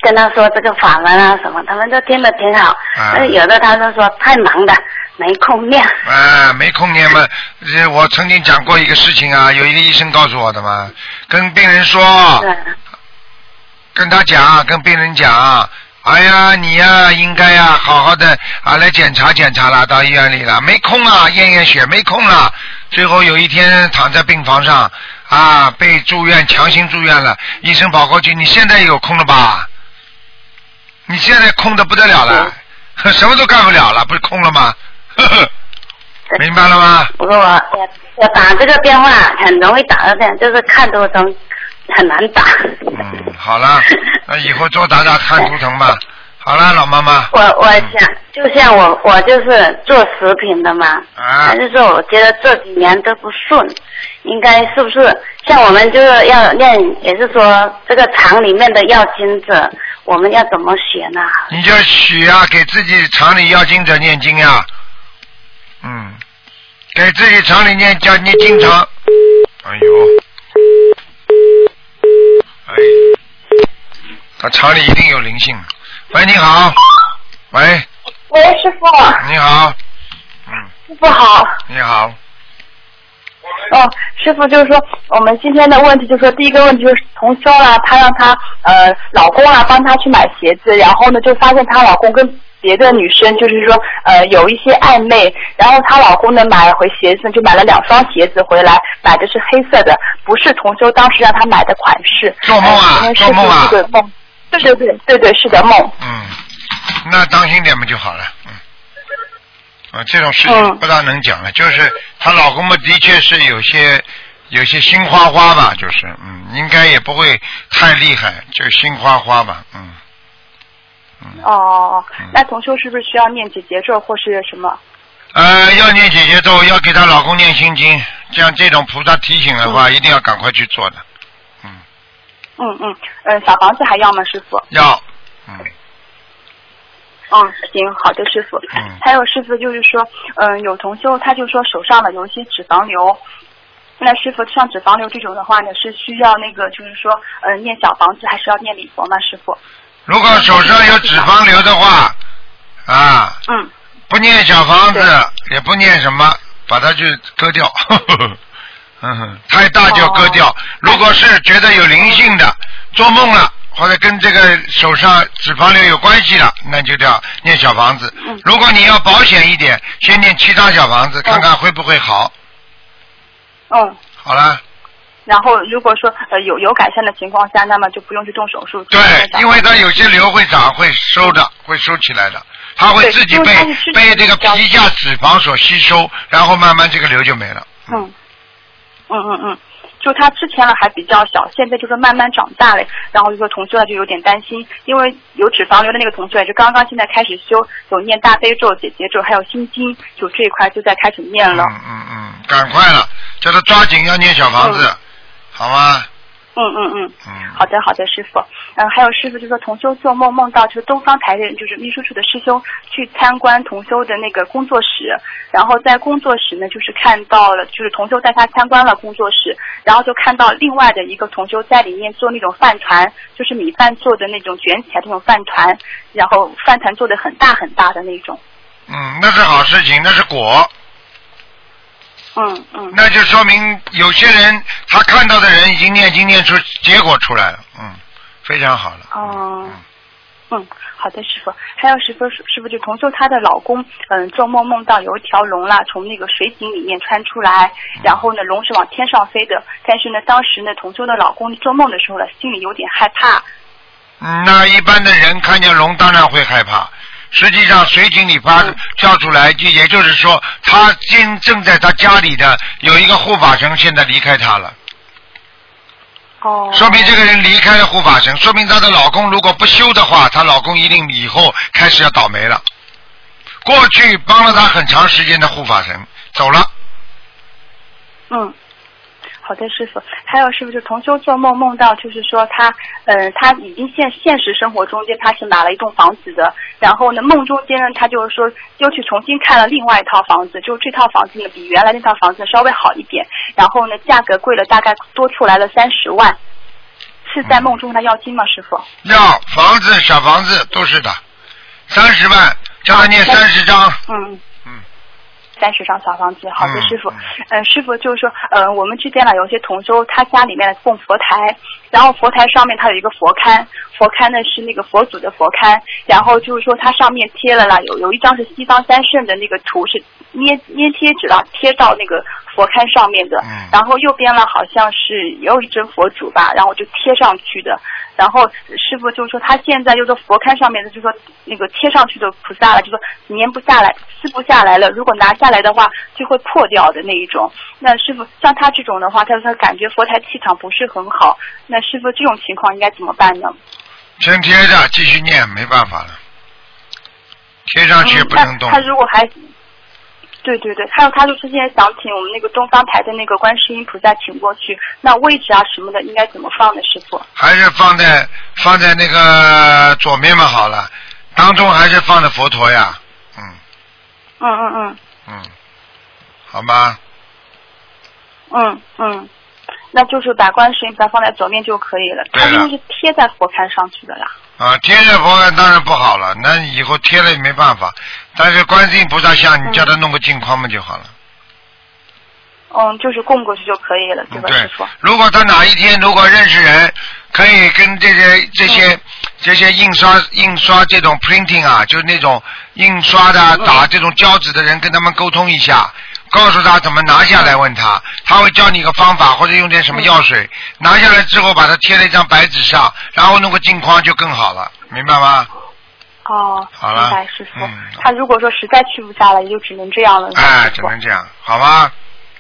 Speaker 10: 跟他说这个法门啊什么，他们都听得挺好。
Speaker 2: 啊
Speaker 10: 但是呃有的他就说太忙了，没空念。
Speaker 2: 啊，没空念嘛。这我曾经讲过一个事情啊，有一个医生告诉我的嘛，跟病人说，跟他讲，跟病人讲，哎呀，你呀、应该呀、好好的啊来检查检查啦，到医院里了，没空了，验验血，没空了。最后有一天躺在病房上啊，被住院强行住院了，医生跑过去，你现在有空了吧？你现在空的不得了了， 什么都干不了了，不是空了吗？ 呵呵明白了吗？
Speaker 10: 不过我我我打这个电话很容易打到这样，就是看多钟很难打。
Speaker 2: 嗯，好了，那以后多打打看图腾吧。好了，老妈妈，
Speaker 10: 我我想，就像我我就是做食品的嘛，
Speaker 2: 啊
Speaker 10: 但是说我觉得这几年都不顺，应该是不是像我们就是要练，也是说这个厂里面的要经者，我们要怎么学呢？
Speaker 2: 你就许啊，给自己厂里要经者念经呀、嗯，给自己厂里念叫念经常。哎呦，哎，他啊厂里一定有灵性。喂，你好，喂，
Speaker 11: 喂，师傅，
Speaker 2: 你好，
Speaker 11: 师傅好。
Speaker 2: 你好，
Speaker 11: 哦，师傅就是说，我们今天的问题就是说，第一个问题就是同修啦，她让她呃老公啊帮她去买鞋子，然后呢就发现她老公跟别的女生就是说呃有一些暧昧，然后她老公呢买回鞋子就买了两双鞋子回来，买的是黑色的，不是同修当时让她买的款式。
Speaker 2: 做梦啊
Speaker 11: 呃、因为
Speaker 2: 做梦啊
Speaker 11: 是这个梦。对对对对对，是的梦。
Speaker 2: 嗯，那当心点不就好了？嗯，啊，这种事情不大能讲了，就是她老公嘛，的确是有些有些心花花吧，就是嗯，应该也不会太厉害，就心花花吧，嗯，
Speaker 11: 哦，那同修是不是需要念姐姐咒或是什么？
Speaker 2: 呃，要念姐姐咒，要给她老公念心经，像这种菩萨提醒的话，一定要赶快去做的，
Speaker 11: 嗯嗯，呃，小房子还要吗，师傅？
Speaker 2: 要
Speaker 11: 嗯，行，好的，师傅。还有师傅就是说，嗯、有同修他就说手上的有一些脂肪瘤，那师傅像脂肪瘤这种的话呢，是需要那个就是说，呃，念小房子还是要念礼佛吗，师傅？
Speaker 2: 如果手上有脂肪瘤的话，啊，
Speaker 11: 嗯，
Speaker 2: 不不念小房子，也不念什么，把它就割掉。 嗯哼，太大就割掉。如果是觉得有灵性的，做梦了或者跟这个手上脂肪瘤有关系了，那就叫念小房子。如果你要保险一点，先念七张小房子，看看会不会好。
Speaker 12: 嗯，
Speaker 2: 好了，
Speaker 12: 然后如果说呃有有改善的情况下，那么就不用去动手术。对，
Speaker 2: 因为它有些瘤会长会收的，会收起来的，它会
Speaker 12: 对
Speaker 2: 自己
Speaker 12: 因为
Speaker 2: 被
Speaker 12: 它是吃
Speaker 2: 被这个皮下脂肪所吸收，然后慢慢这个瘤就没了。
Speaker 12: 嗯，嗯嗯嗯，就他之前了还比较小，现在就是慢慢长大了，然后就说同修了就有点担心，因为有脂肪瘤的那个同修也是刚刚现在开始修，有念大悲咒、姐姐咒，还有心经，就这一块就在开始念了。
Speaker 2: 嗯嗯嗯，赶快了，叫他抓紧要念小房子，好吗？
Speaker 12: 嗯嗯嗯，好的好的，师傅。嗯，还有师傅就说同修做梦梦到就是东方台的，就是秘书处的师兄去参观同修的那个工作室，然后在工作室呢，就是看到了，就是同修带他参观了工作室，然后就看到另外的一个同修在里面做那种饭团，就是米饭做的那种卷起来的那种饭团，然后饭团做的很大很大的那种。
Speaker 2: 嗯，那是好事情，那是果。
Speaker 12: 嗯嗯。
Speaker 2: 那就说明有些人他看到的人已经念经念出结果出来了，嗯，非常好了。
Speaker 12: 哦，嗯，好的，师傅。还有师傅，师傅就同修她的老公，嗯，做梦梦到有一条龙啦，从那个水井里面穿出来，然后呢，龙是往天上飞的。但是呢，当时呢，同修的老公做梦的时候呢，心里有点害怕。
Speaker 2: 嗯那一般的人看见龙当然会害怕。实际上，水井里发跳出来，就也就是说，他正正在他家里的有一个护法神，现在离开他了。
Speaker 12: 哦。
Speaker 2: 说明这个人离开了护法神，说明她的老公如果不修的话，她老公一定以后开始要倒霉了。过去帮了她很长时间的护法神走了，
Speaker 12: 嗯，好的，师傅。还有师傅，就同修做梦梦到，就是说他，嗯，他已经现现实生活中间他是买了一栋房子的，然后呢，梦中间呢，他就是说又去重新看了另外一套房子，就这套房子呢比原来那套房子稍微好一点，然后呢价格贵了大概多出来了三十万，是在梦中他要金吗，师傅？
Speaker 2: 要房子、小房子都是的，三十万，叫他念三十章。
Speaker 12: 嗯。三十张小房子，好的，
Speaker 2: 嗯
Speaker 12: 师傅。嗯、师傅就是说，呃，我们之间呢，有些同修他家里面供佛台，然后佛台上面它有一个佛龛，佛龛呢是那个佛祖的佛龛，然后就是说它上面贴了啦，有有一张是西方三圣的那个图是捏捏贴纸啦，贴到那个佛龛上面的，
Speaker 2: 嗯
Speaker 12: 然后右边呢好像是也有一尊佛祖吧，然后就贴上去的。然后师傅就说，他现在就是说佛龛上面的，就是说那个贴上去的菩萨了，就说粘不下来、撕不下来了。如果拿下来的话，就会破掉的那一种。那师傅像他这种的话，他说他感觉佛台气场不是很好。那师傅这种情况应该怎么办呢？
Speaker 2: 先贴着，继续念，没办法了，贴上去也不能动
Speaker 12: 嗯他。他如果还，对对对，还有他就是现在想请我们那个东方台的那个观世音菩萨请过去，那位置啊什么的应该怎么放呢？师傅？
Speaker 2: 还是放在放在那个左面嘛好了，当中还是放着佛陀呀，
Speaker 12: 嗯嗯嗯
Speaker 2: 嗯，好吗？
Speaker 12: 嗯嗯，那就是把观世音菩萨放在左面就可以了。
Speaker 2: 对
Speaker 12: 他
Speaker 2: 了
Speaker 12: 因为是贴在佛龛上去的啦。
Speaker 2: 啊，贴着佛龛当然不好了，那以后贴了也没办法。但是观世音菩萨像，你叫他弄个镜框嘛就好了。
Speaker 12: 嗯，就是供过去就可以了，对吧，师
Speaker 2: 嗯对
Speaker 12: 傅？，
Speaker 2: 如果他哪一天如果认识人，可以跟这
Speaker 12: 嗯
Speaker 2: 些这些、这些印刷印刷这种 printing 啊，就是那种印刷的啊
Speaker 12: 嗯
Speaker 2: 打这种胶纸的人，跟他们沟通一下，告诉他怎么拿下来，问他，他会教你个方法，或者用点什么药水，
Speaker 12: 嗯
Speaker 2: 拿下来之后把它贴在一张白纸上，然后弄个镜框就更好了，明白吗？
Speaker 12: 哦，
Speaker 2: 好了
Speaker 12: 明白，师傅。
Speaker 2: 嗯
Speaker 12: 他如果说实在去不下来，也就只能这样了。
Speaker 2: 哎，只能这样，好吗？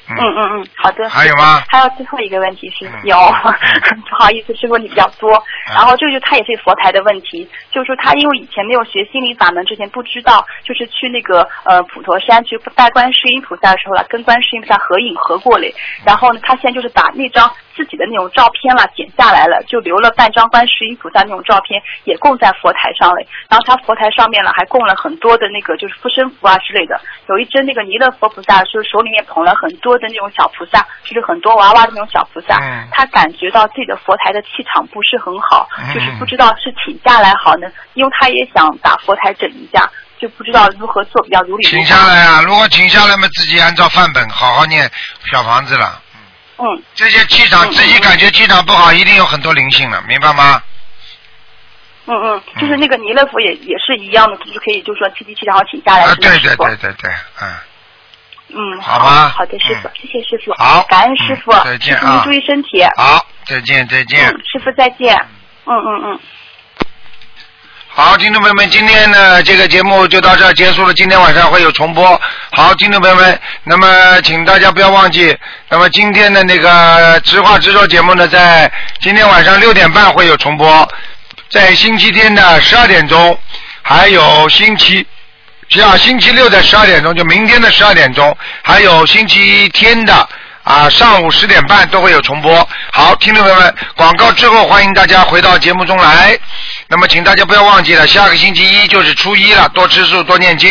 Speaker 12: 嗯嗯嗯，好的。
Speaker 2: 还有吗嗯
Speaker 12: 还有最后一个问题是有，不好意思，是问题比较多。然后这个就他也是佛台的问题，就是说他因为以前没有学心理法门，之前不知道，就是去那个呃普陀山去拜观世音菩萨的时候了，跟观世音菩萨合影合过嘞。然后呢，他现在就是把那张自己的那种照片啦剪下来了，就留了半张观世音菩萨那种照片，也供在佛台上嘞。然后他佛台上面了还供了很多的那个就是护身符啊之类的，有一尊那个弥勒佛菩萨，就是手里面捧了很多的那种小菩萨，就是很多娃娃的那种小菩萨。
Speaker 2: 嗯
Speaker 12: 他感觉到自己的佛台的气场不是很好，
Speaker 2: 嗯
Speaker 12: 就是不知道是请下来好呢，因为他也想把佛台整一下，就不知道如何做比较如理如法。
Speaker 2: 停下来啊！如果停下来嘛，自己按照范本好好念小房子了。
Speaker 12: 嗯，
Speaker 2: 这些气场，自己感觉气场不好，一定有很多灵性了，明白吗？
Speaker 12: 嗯嗯，就是那个弥勒佛也也是一样的，就是可以就是说积极气然后请下来。
Speaker 2: 啊，
Speaker 12: 是吗
Speaker 2: 对对
Speaker 12: 师傅
Speaker 2: 对对对，嗯，
Speaker 12: 嗯，
Speaker 2: 好吧
Speaker 12: 好的，师傅，谢谢师傅，
Speaker 2: 好
Speaker 12: 感恩师傅，
Speaker 2: 嗯再见啊
Speaker 12: 师傅您注意身体，
Speaker 2: 好，再见再见。
Speaker 12: 嗯，师傅再见，嗯嗯嗯，
Speaker 2: 好，听众朋友们，今天呢这个节目就到这儿结束了，今天晚上会有重播。好，听众朋友们，那么请大家不要忘记，那么今天的那个直话直说节目呢，在今天晚上六点半会有重播，在星期天的十二点钟，还有星期。下星期六的十二点钟，就明天的十二点钟，还有星期天的啊上午十点半都会有重播。好，听众朋友们，广告之后欢迎大家回到节目中来。那么，请大家不要忘记了，下个星期一就是初一了，多吃素，多念经。